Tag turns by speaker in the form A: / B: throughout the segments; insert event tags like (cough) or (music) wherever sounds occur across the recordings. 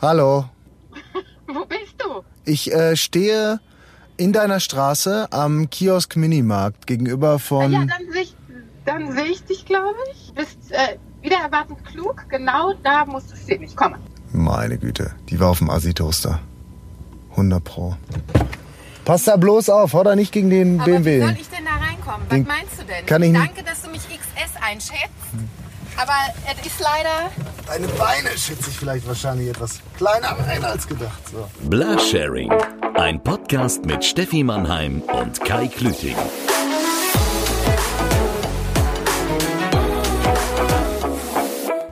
A: Hallo.
B: Wo bist du?
A: Ich äh, stehe in deiner Straße am Kiosk Minimarkt gegenüber
B: Ah,
A: von.
B: ja, dann sehe ich, dann seh ich dich, glaube ich. Bist äh, wieder erwartend klug. Genau da musst du stehen. Ich komme.
A: Meine Güte, die war auf dem Assi-Toaster. 100 Pro. Pass da bloß auf, hau da nicht gegen den
C: Aber
A: BMW.
C: wie
A: hin.
C: soll ich denn da reinkommen?
A: Den
C: Was meinst du denn?
A: kann ich nicht-
C: Danke, dass du mich XS einschätzt. Aber es ist leider.
A: Deine Beine schätze ich vielleicht wahrscheinlich etwas kleiner ein als gedacht. So.
D: Blursharing, ein Podcast mit Steffi Mannheim und Kai Klüting.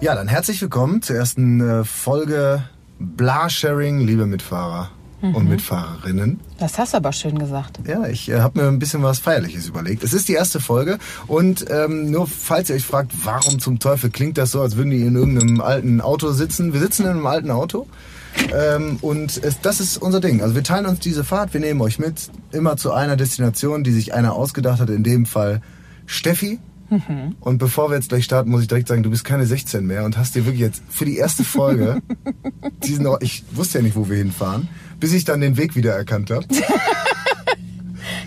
A: Ja, dann herzlich willkommen zur ersten äh, Folge Blasharing, liebe Mitfahrer
B: Mhm.
A: und Mitfahrerinnen.
C: Das hast du aber schön gesagt.
A: Ja, ich äh, habe mir ein bisschen was Feierliches überlegt. Es ist die erste Folge und ähm, nur falls ihr euch fragt, warum zum Teufel klingt das so, als würden die in irgendeinem alten Auto sitzen. Wir sitzen in einem alten Auto ähm, und es, das ist unser Ding. Also wir teilen uns diese Fahrt, wir nehmen euch mit, immer zu einer Destination, die sich einer ausgedacht hat, in dem Fall Steffi. Und bevor wir jetzt gleich starten, muss ich direkt sagen, du bist keine 16 mehr und hast dir wirklich jetzt für die erste Folge diesen Ort, ich wusste ja nicht, wo wir hinfahren, bis ich dann den Weg wiedererkannt habe.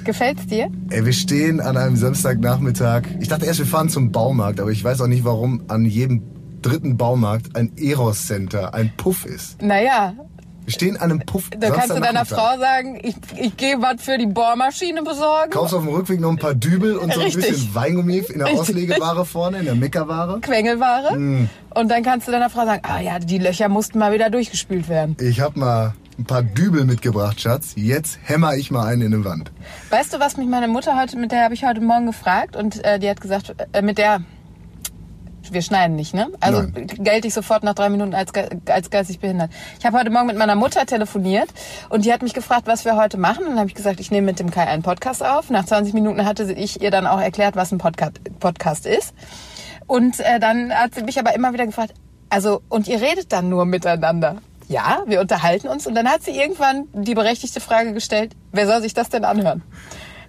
C: Gefällt's dir?
A: Ey, wir stehen an einem Samstagnachmittag. Ich dachte erst, wir fahren zum Baumarkt, aber ich weiß auch nicht, warum an jedem dritten Baumarkt ein Eros Center, ein Puff ist.
C: Naja,
A: Wir stehen an einem Puff.
C: da kannst du deiner
A: Samstagnachmittag.
C: Frau sagen, ich, ich gehe was für die Bohrmaschine besorgen.
A: Kaufst auf dem Rückweg noch ein paar Dübel und so ein
C: Richtig.
A: bisschen Weingummi in der
C: Richtig.
A: Auslegeware vorne, in der Meckerware.
C: Quengelware. Und dann kannst du deiner Frau sagen, ah ja, die Löcher mussten mal wieder durchgespült werden.
A: Ich hab mal ein paar Dübel mitgebracht, Schatz. Jetzt hämmer ich mal einen in die Wand.
C: Weißt du, was mich meine Mutter heute, mit der habe ich heute Morgen gefragt und äh, die hat gesagt, äh, mit der, wir schneiden nicht, ne? Also
A: Nein.
C: gelte ich sofort nach drei Minuten als, ge- als geistig behindert. Ich habe heute Morgen mit meiner Mutter telefoniert und die hat mich gefragt, was wir heute machen. Und dann habe ich gesagt, ich nehme mit dem Kai einen Podcast auf. Nach 20 Minuten hatte sie- ich ihr dann auch erklärt, was ein Podcast, Podcast ist. Und äh, dann hat sie mich aber immer wieder gefragt, also, und ihr redet dann nur miteinander? Ja, wir unterhalten uns. Und dann hat sie irgendwann die berechtigte Frage gestellt, wer soll sich das denn anhören?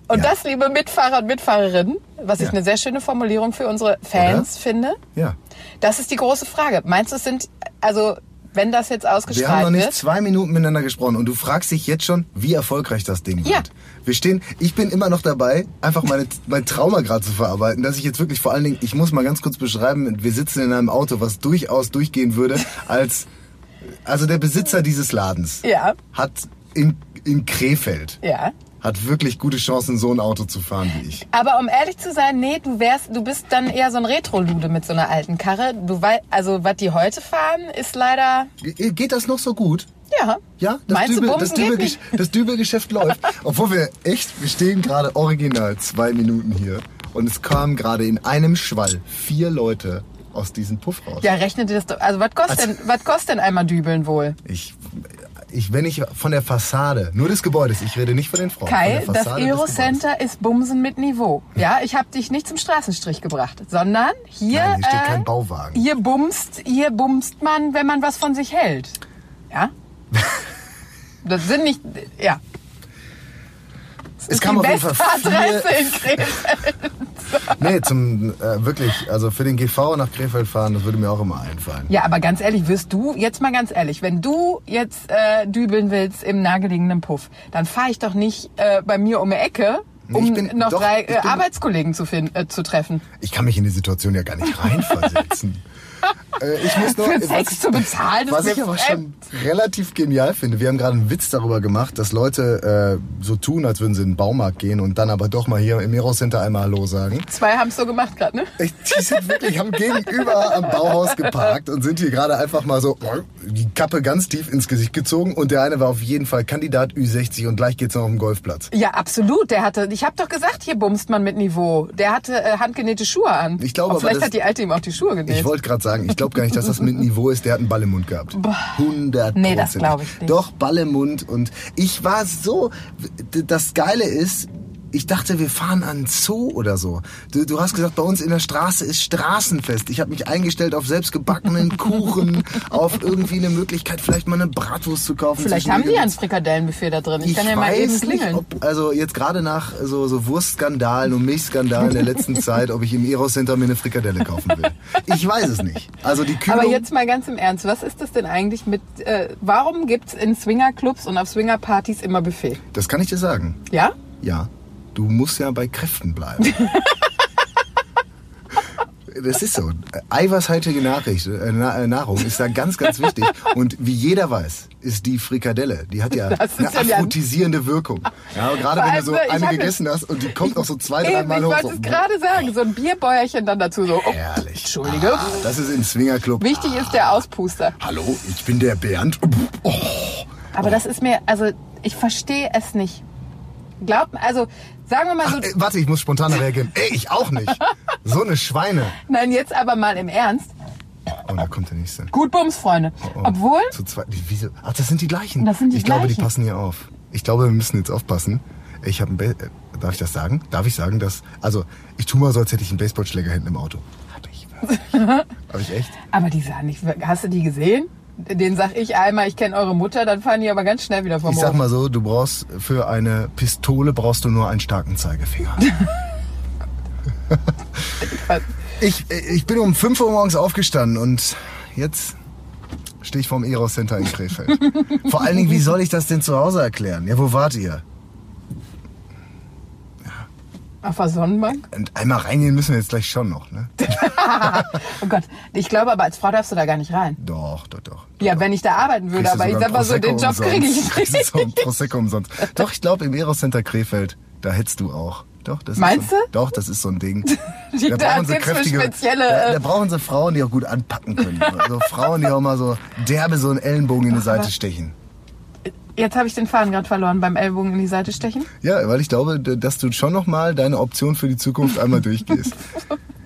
C: Und
A: Ja.
C: das, liebe Mitfahrer und Mitfahrerinnen, was ich
A: Ja.
C: eine sehr schöne Formulierung für unsere Fans
A: Oder?
C: finde,
A: Ja.
C: das ist die große Frage. Meinst du, es sind, also, wenn das jetzt
A: Wir haben noch
C: ausgestrahlt
A: nicht
C: wird,
A: zwei Minuten miteinander gesprochen und du fragst dich jetzt schon, wie erfolgreich das Ding
C: Ja.
A: wird. Wir stehen, ich bin immer noch dabei, einfach
C: (laughs)
A: meine, mein Trauma gerade zu verarbeiten, dass ich jetzt wirklich vor allen Dingen, ich muss mal ganz kurz beschreiben, wir sitzen in einem Auto, was durchaus durchgehen
C: (laughs)
A: würde, als, also der Besitzer dieses Ladens
C: Ja.
A: hat in, in Krefeld,
C: ja.
A: hat wirklich gute Chancen, so ein Auto zu fahren wie ich.
C: Aber um ehrlich zu sein, nee, du wärst, du bist dann eher so ein Retro-Lude mit so einer alten Karre. Du weißt, also, was die heute fahren, ist leider,
A: Ge- Geht das noch so gut?
C: ja.
A: Ja, das,
C: Meinst du,
A: Dübel,
C: Bumpen
A: das,
C: geht
A: Dübelgesch
C: nicht?
A: das Dübelgeschäft
C: (laughs)
A: läuft. Obwohl wir echt, wir stehen gerade original zwei Minuten hier und es kamen gerade in einem Schwall vier Leute aus diesem Puff raus.
C: Ja, rechnet ihr das doch. Also, was kostet,
A: Also-
C: denn, was kostet denn einmal Dübeln wohl?
A: Ich, ich, wenn ich von der Fassade, nur des Gebäudes, ich rede nicht von den Frauen.
C: Kai,
A: von der
C: das
A: Fassade des Gebäudes.
C: Eurocenter ist Bumsen mit Niveau. Ja, ich habe dich nicht zum Straßenstrich gebracht, sondern hier,
A: Nein, hier steht
C: äh,
A: kein Bauwagen.
C: hier bumst, hier bumst man, wenn man was von sich hält.
A: (laughs)
C: Ja? das sind nicht, ja. Das
A: Es
C: ist
A: kam
C: die
A: auf jeden Fall
C: beste Adresse
A: viel-
C: in Krefeld.
A: Nee, zum, äh, wirklich, also für den GV nach Krefeld fahren, das würde mir auch immer einfallen.
C: Ja, aber ganz ehrlich, wirst du, jetzt mal ganz ehrlich, wenn du jetzt äh, dübeln willst im nahegelegenen Puff, dann fahre ich doch nicht äh, bei mir um die Ecke,
A: Nee,
C: um
A: ich bin-
C: noch
A: doch,
C: drei
A: ich
C: äh,
A: bin-
C: Arbeitskollegen zu, finden, äh, zu treffen.
A: Ich kann mich in die Situation ja gar nicht
C: (laughs)
A: reinversetzen. Äh, ich muss nur,
C: Für
A: was
C: Sex
A: ich-
C: zu bezahlen, das
A: Was
C: ist
A: ich
C: mir
A: aber
C: fremd.
A: schon relativ genial finde, wir haben gerade einen Witz darüber gemacht, dass Leute äh, so tun, als würden sie in den Baumarkt gehen und dann aber doch mal hier im Eros Center einmal Hallo sagen.
C: Zwei haben's so gemacht gerade, ne?
A: Echt, Die sind wirklich, haben gegenüber am Bauhaus geparkt und sind hier gerade einfach mal so die Kappe ganz tief ins Gesicht gezogen und der eine war auf jeden Fall Kandidat Ü60 und gleich geht's noch auf den Golfplatz.
C: Ja, absolut. Der hatte, ich habe doch gesagt, hier bumst man mit Niveau. Der hatte äh, handgenähte Schuhe an.
A: Ich glaube aber,
C: Und vielleicht
A: das-
C: hat die Alte ihm auch die Schuhe genäht.
A: Ich wollte gerade sagen, ich glaube gar nicht, dass das mit Niveau ist. Der hat einen Ball im Mund gehabt. 100
C: Nee, das glaub ich nicht.
A: Doch, Ball im Mund. Und ich war so. Das Geile ist, Ich dachte, wir fahren an den Zoo oder so. Du, du hast gesagt, bei uns in der Straße ist Straßenfest. Ich habe mich eingestellt auf selbstgebackenen Kuchen, (laughs) auf irgendwie eine Möglichkeit, vielleicht mal eine Bratwurst zu kaufen.
C: Vielleicht haben die ja ein Frikadellenbuffet da drin. Ich, kann ja mal eben klingeln.
A: Nicht, ob, also jetzt gerade nach so, so Wurstskandalen und Milchskandalen der
C: (laughs)
A: letzten Zeit, ob ich im Eros Center mir eine Frikadelle kaufen will. Ich weiß es nicht. Also die Kühlung,
C: Aber jetzt mal ganz im Ernst, was ist das denn eigentlich mit, äh, warum gibt's in Swingerclubs und auf Swingerpartys immer Buffet?
A: das kann ich dir sagen.
C: Ja?
A: Ja, du musst ja bei Kräften bleiben.
C: (laughs)
A: Das ist so. Eiweißhaltige Nachricht, äh, Na- äh, Nahrung ist da ganz, ganz wichtig. Und wie jeder weiß, ist die Frikadelle, die hat ja eine
C: (laughs) Das ist ja die-
A: aphrodisierende Wirkung. Ja, und gerade wenn
C: Vor
A: du
C: allem,
A: so
C: ich
A: eine
C: hab
A: gegessen hast und die kommt auch so zwei, drei
C: Eben,
A: Mal
C: ich
A: hoch.
C: wollte
A: so,
C: es gerade sagen, so ein Bierbäuerchen dann dazu, so, oh,
A: Herrlich.
C: Entschuldige.
A: Ah, das ist im Swingerclub. Ah,
C: Wichtig ist der Auspuster.
A: Hallo, ich bin der Bernd. Oh,
C: Aber das ist mir, also ich verstehe es nicht. Glaubt, also sagen wir mal so,
A: Ey, warte, ich muss spontan reagieren. Ey, ich auch nicht. So eine Schweine.
C: nein, jetzt aber mal im Ernst.
A: Oh, da kommt der nächste.
C: Gut Bums, Freunde.
A: Oh,
C: Obwohl,
A: Zu zweit. die- Wieso? Ach, das sind die gleichen.
C: Das sind die
A: ich glaube, die
C: gleichen.
A: passen hier auf. Ich glaube, wir müssen jetzt aufpassen. Ich habe ein. Ba äh, darf ich das sagen? Darf ich sagen, dass. Also, ich tu mal so, als hätte ich einen Baseballschläger hinten im Auto. Hab ich wirklich. Hab ich echt?
C: aber die sahen nicht, wir- hast du die gesehen? Den sag ich einmal, ich kenne eure Mutter, dann fahren die aber ganz schnell wieder vom
A: Ich sag
C: Hof.
A: mal so, du brauchst für eine Pistole brauchst du nur einen starken Zeigefinger. ich, äh, ich bin um 5 Uhr morgens aufgestanden und jetzt stehe ich vorm Eros Center in Krefeld. Vor allen Dingen, wie soll ich das denn zu Hause erklären? Ja, wo wart ihr?
C: Auf der Sonnenbank?
A: Und einmal reingehen müssen wir jetzt gleich schon noch, ne?
C: Oh Gott, ich glaube aber als Frau darfst du da gar nicht rein.
A: Doch, doch, doch.
C: Ja, wenn ich da arbeiten würde,
A: Kriegst du
C: aber ich
A: sogar
C: sag mal so,
A: ein
C: den Job
A: Prosecco
C: kriege ich
A: (laughs) umsonst. Kriegst du so ein
C: nicht.
A: Prosecco umsonst. Doch, ich glaube, im Eros Center Krefeld, da hättest du auch. Doch, das
C: Meinst
A: ist so,
C: du?
A: Doch, das ist so ein Ding.
C: Die- (laughs) da
A: brauchen sie
C: gibt's eine spezielle,
A: Da, da
C: äh,
A: brauchen sie Frauen, die auch gut anpacken können.
C: (laughs)
A: Also Frauen, die auch mal so derbe so einen Ellenbogen in die Seite stechen.
C: Jetzt habe ich den Faden gerade verloren beim Ellbogen in die Seite stechen.
A: Ja, weil ich glaube, d- dass du schon nochmal deine Option für die Zukunft einmal
C: (laughs)
A: durchgehst.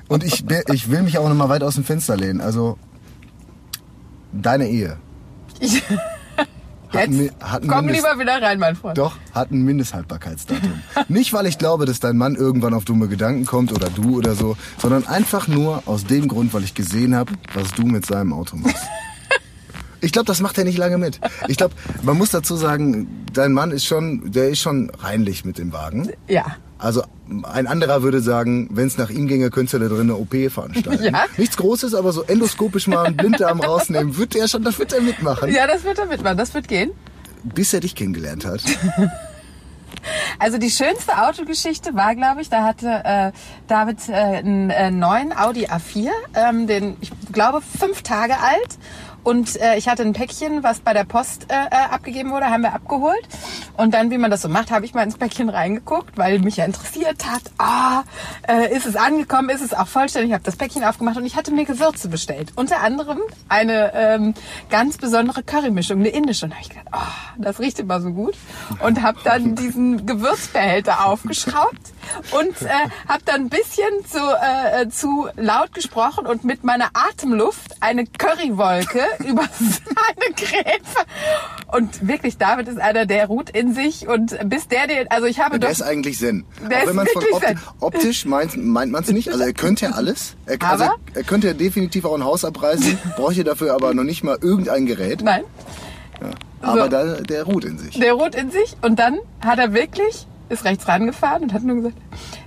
A: Und ich, be- ich will mich auch nochmal weit aus dem Fenster lehnen. Also, deine
C: (laughs)
A: Ehe.
C: Ich,
A: Hatten
C: jetzt
A: wir- hatten
C: komm
A: wir das-
C: lieber wieder rein, mein Freund.
A: Doch, hat ein Mindesthaltbarkeitsdatum. Nicht, weil ich glaube, dass dein Mann irgendwann auf dumme Gedanken kommt oder du oder so, sondern einfach nur aus dem Grund, weil ich gesehen habe, was du mit seinem Auto machst. Ich glaube, das macht er nicht lange mit. Ich glaube, man muss dazu sagen, dein Mann ist schon, der ist schon reinlich mit dem Wagen.
C: Ja.
A: Also ein anderer würde sagen, wenn es nach ihm ginge, könnte der drin eine OP veranstalten.
C: Ja.
A: Nichts Großes, aber so endoskopisch mal einen Blinddarm rausnehmen, wird er schon, das wird er mitmachen,
C: Ja, das wird er mitmachen, das wird gehen.
A: bis er dich kennengelernt hat.
C: Also die schönste Autogeschichte war, glaube ich, da hatte äh, David äh, einen äh, neuen Audi A4, ähm, den ich glaube fünf Tage alt. Und äh, ich hatte ein Päckchen, was bei der Post äh, äh, abgegeben wurde, haben wir abgeholt. Und dann, wie man das so macht, habe ich mal ins Päckchen reingeguckt, weil mich ja interessiert hat, ah, äh, ist es angekommen, ist es auch vollständig. Ich habe das Päckchen aufgemacht und ich hatte mir Gewürze bestellt. Unter anderem eine ähm, ganz besondere Currymischung, eine indische. Und da habe ich gedacht, oh, das riecht immer so gut. Und habe
A: (laughs)
C: dann diesen Gewürzbehälter aufgeschraubt und äh, habe dann ein bisschen zu, äh, äh, zu laut gesprochen und mit meiner Atemluft eine Currywolke (laughs) über seine Gräfe. Und wirklich, David ist einer, der ruht in sich. Und bis der den, also ich habe
A: Der
C: doch
A: ist eigentlich Zen.
C: Der
A: Auch
C: ist
A: wenn man's von
C: wirklich
A: opti-
C: Zen.
A: Optisch meint, meint man es nicht. Also er könnte ja alles. Er, also
C: Aber?
A: er könnte ja definitiv auch ein Haus
C: (laughs)
A: abreißen, bräuchte dafür aber noch nicht mal irgendein Gerät.
C: Nein.
A: Aber
C: so.
A: da, der ruht in sich.
C: Der ruht in sich und dann hat er wirklich, ist rechts rangefahren und hat nur gesagt,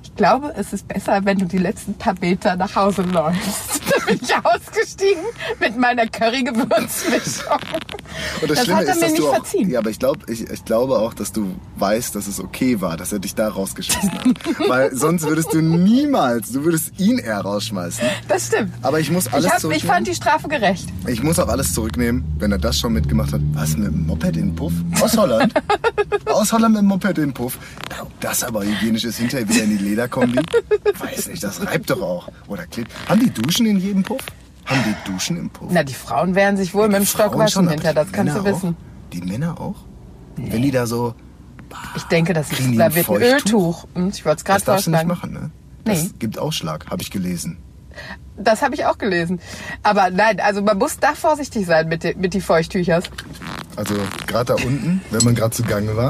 C: ich glaube, es ist besser, wenn du die letzten paar Meter nach Hause läufst. (laughs) Da bin ich ausgestiegen mit meiner Curry-Gewürzmischung.
A: Und
C: das hat er mir
A: dass
C: nicht
A: du auch,
C: verziehen.
A: Ja, aber ich, glaub, ich, ich glaube auch, dass du weißt, dass es okay war, dass er dich da rausgeschmissen
C: (laughs)
A: hat. Weil sonst würdest du niemals, du würdest ihn eher rausschmeißen.
C: Das stimmt.
A: Aber ich muss alles
C: ich, hab, ich
A: zurücknehmen.
C: fand die Strafe gerecht.
A: Ich muss auch alles zurücknehmen, wenn er das schon mitgemacht hat. Was mit dem Moped in den Puff? Aus
C: (laughs)
A: Holland. Aus Holland mit dem Moped in den Puff. Ob das aber hygienisch ist, hinterher wieder in die Lederkombi. Weiß nicht, das reibt doch auch. Oder klebt. Haben die Duschen in jedem Puff? Haben die Duschen im Puff?
C: Na, die Frauen werden sich wohl mit dem Stock
A: Frauen schon, Genau.
C: waschen
A: aber
C: hinter,
A: die
C: das kannst
A: Männer
C: du wissen.
A: Auch? Die Männer auch? Wenn die da so.
C: Ich denke, das
A: Kriegen die
C: ist, da
A: ein
C: wird ein
A: Feuchttuch?
C: Öltuch. Hm, Ich wollte es gerade
A: Das darfst du nicht machen,
C: vorschlagen.
A: ne?
C: Nee.
A: Das gibt Ausschlag, habe ich gelesen.
C: Das habe ich auch gelesen. Aber nein, also man muss da vorsichtig sein mit, die, mit die Feuchttüchers.
A: Also gerade da unten, wenn man gerade zu Gange war,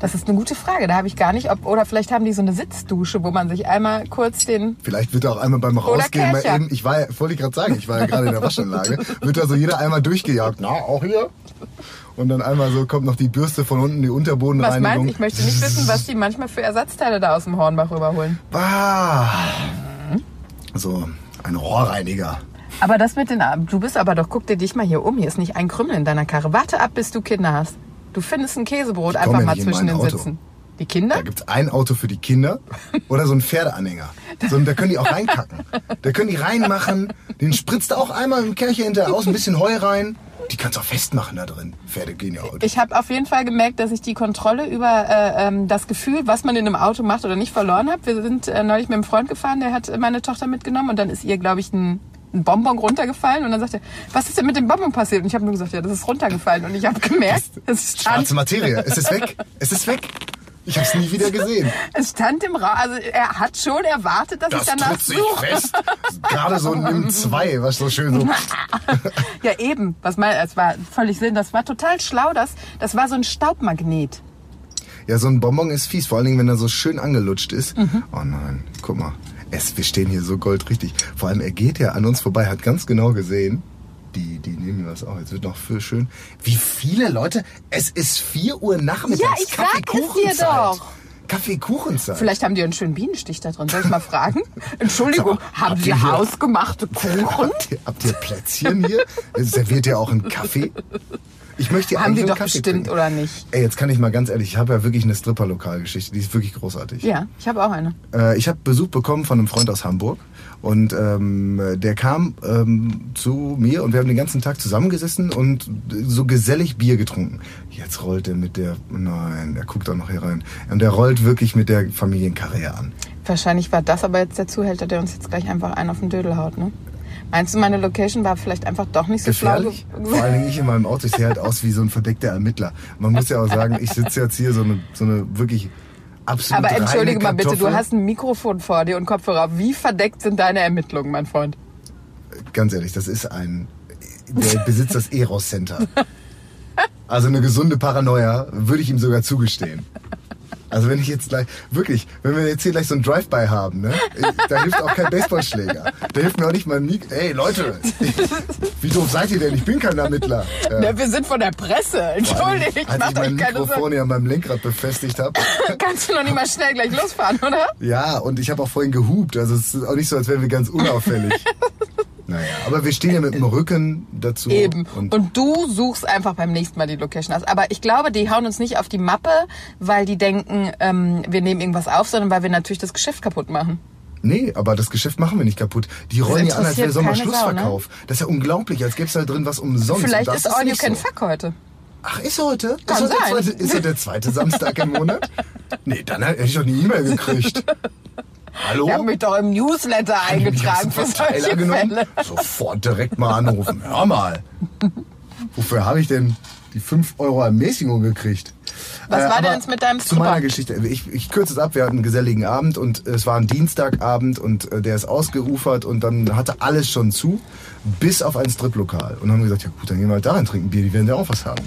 C: Das ist eine gute Frage. Da habe ich gar nicht, ob, oder vielleicht haben die so eine Sitzdusche, wo man sich einmal kurz den.
A: Vielleicht wird auch einmal beim Rausgehen mal
C: Kercher.
A: eben, ich war, ja- wollte ich gerade sagen, ich war ja gerade in der
C: (laughs)
A: Waschanlage, wird da so jeder einmal durchgejagt. Na, auch hier? Und dann einmal so kommt noch die Bürste von unten, die
C: Was meinst
A: Unterbodenreinigung.
C: du? Ich möchte nicht wissen, was die manchmal für Ersatzteile da aus dem Hornbach rüberholen.
A: Ah. So, ein Rohrreiniger.
C: Aber das mit den. Du bist aber doch, guck dir dich mal hier um. Hier ist nicht ein Krümmel in deiner Karre. Warte ab, bis du Kinder hast. Du findest ein Käsebrot
A: kommen
C: einfach
A: ja
C: mal
A: nicht in
C: zwischen
A: mein
C: den
A: Auto.
C: Sitzen. Die Kinder?
A: Da gibt's ein Auto für die Kinder oder so einen Pferdeanhänger. So, einen- da können die auch reinkacken. Da können die reinmachen. Den spritzt du auch einmal im Kercher hinterher aus, ein bisschen Heu rein. Die kannst du auch festmachen da drin. Pferde gehen ja auch.
C: Ich habe auf jeden Fall gemerkt, dass ich die Kontrolle über äh, ähm, das Gefühl, was man in einem Auto macht oder nicht, verloren habe. Wir sind äh, neulich mit einem Freund gefahren, der hat äh, meine Tochter mitgenommen und dann ist ihr, glaube ich, ein, ein Bonbon runtergefallen und dann sagt er, was ist denn mit dem Bonbon passiert? Und ich habe nur gesagt, ja, das ist runtergefallen und ich habe gemerkt, es stand,
A: Schwarze Materie. Es ist weg. Es ist weg. Ich hab's nie wieder gesehen.
C: es stand im Raum. Also er hat schon erwartet, dass ich
A: Das
C: danach
A: tritt sich
C: suche.
A: fest. Gerade so nimm zwei, was so schön so.
C: Ja, eben. Was mein, es war völlig Sinn. Das war total schlau. Das, das war so ein Staubmagnet.
A: Ja, so ein Bonbon ist fies, vor allen Dingen, wenn er so schön angelutscht ist.
C: Mhm.
A: Oh nein, guck mal. Es, wir stehen hier so goldrichtig. Vor allem, er geht ja an uns vorbei, hat ganz genau gesehen. Die, die nehmen mir was auch. Jetzt wird noch für schön. Wie viele Leute? Es ist 4 Uhr nachmittags.
C: Ja, ich sag es dir
A: Kaffeekuchenzeit.
C: doch.
A: Kaffeekuchenzeit.
C: Vielleicht haben die einen schönen Bienenstich da drin. Soll ich
A: (laughs)
C: mal fragen? Entschuldigung,
A: Sag mal,
C: haben
A: habt
C: Sie
A: ihr hier- (laughs)
C: hausgemachte Kuchen?
A: Habt ihr, habt ihr Plätzchen hier? Äh, Serviert ihr auch einen Kaffee? Ich möchte
C: Haben
A: eigentlich
C: die
A: einen
C: doch
A: Kaffee
C: bestimmt,
A: trinken.
C: oder nicht?
A: Ey, jetzt kann ich mal ganz ehrlich, ich habe ja wirklich eine Stripper-Lokalgeschichte, die ist wirklich großartig.
C: Ja, ich habe auch eine.
A: Äh, ich habe Besuch bekommen von einem Freund aus Hamburg und ähm, der kam ähm, zu mir und wir haben den ganzen Tag zusammengesessen und so gesellig Bier getrunken. Jetzt rollt er mit der, nein, er guckt auch noch hier rein und er rollt wirklich mit der Familienkarriere an.
C: Wahrscheinlich war das aber jetzt der Zuhälter, der uns jetzt gleich einfach einen auf den Dödel haut, ne? Meinst du, meine Location war vielleicht einfach doch nicht so schlau?
A: Gefährlich? halt Vor
C: (laughs)
A: allen Dingen ich in meinem Auto, ich sehe halt aus wie so ein verdeckter Ermittler. Man muss ja auch sagen, ich sitze jetzt hier so eine, so eine wirklich absolute
C: Aber entschuldige
A: reine
C: mal bitte, du
A: Kartoffel.
C: hast ein Mikrofon vor dir und Kopfhörer. Wie verdeckt sind deine Ermittlungen, mein Freund?
A: ganz ehrlich, das ist ein. Der besitzt das Eros Center. Also eine gesunde Paranoia würde ich ihm sogar zugestehen. Also wenn ich jetzt gleich, wirklich, wenn wir jetzt hier gleich so ein Drive-By haben, ne? Da hilft auch kein Baseballschläger. Da hilft mir auch nicht mal ein Mik. Ey, Leute, wie doof seid ihr denn? Ich bin kein Ermittler. Ja.
C: Ne, wir sind von der Presse. Entschuldige,
A: Als ich
C: macht euch
A: mein
C: keine Sorgen.
A: Mikrofon ja an meinem Lenkrad befestigt habe.
C: (laughs) Kannst du noch nicht mal schnell gleich losfahren, oder?
A: Ja, und ich habe auch vorhin gehupt. Also es ist auch nicht so, als wären wir ganz unauffällig.
C: (laughs)
A: Naja, aber wir stehen ja mit dem Rücken dazu.
C: Eben.
A: Und
C: Und, du suchst einfach beim nächsten Mal die Location aus. Aber ich glaube, die hauen uns nicht auf die Mappe, weil die denken, ähm, wir nehmen irgendwas auf, sondern weil wir natürlich das Geschäft kaputt machen.
A: Nee, aber das Geschäft machen wir nicht kaputt. Die rollen ja an, als
C: interessiert
A: wäre Sommer
C: keine Sau, ne?
A: Schlussverkauf. Das ist ja unglaublich, als gäbe es da drin was umsonst.
C: Vielleicht
A: Und
C: ist
A: das
C: All You
A: nicht
C: Can
A: so.
C: Fuck heute.
A: Ach, ist heute?
C: Kann
A: ist, heute
C: sein.
A: Der zweite, ist heute der zweite Samstag im
C: (laughs)
A: Monat? Nee, dann hätte ich doch eine E-Mail gekriegt. Hallo?
C: Wir haben mich doch im Newsletter
A: Die
C: eingetragen
A: ganzen
C: für
A: Verteiler
C: solche
A: genommen?
C: Fälle.
A: Sofort direkt mal anrufen. Hör mal. Wofür habe ich denn die 5 Euro Ermäßigung gekriegt? Äh,
C: Was war
A: aber
C: denn jetzt mit deinem
A: Zu meiner
C: Stripper?
A: Geschichte. Ich, ich kürze es ab. Wir hatten einen geselligen Abend und äh, es war ein Dienstagabend und äh, der ist ausgeufert und dann hatte alles schon zu, bis auf ein Striplokal. Und haben gesagt, ja gut, dann gehen wir halt daran trinken Bier, die werden ja auch was haben.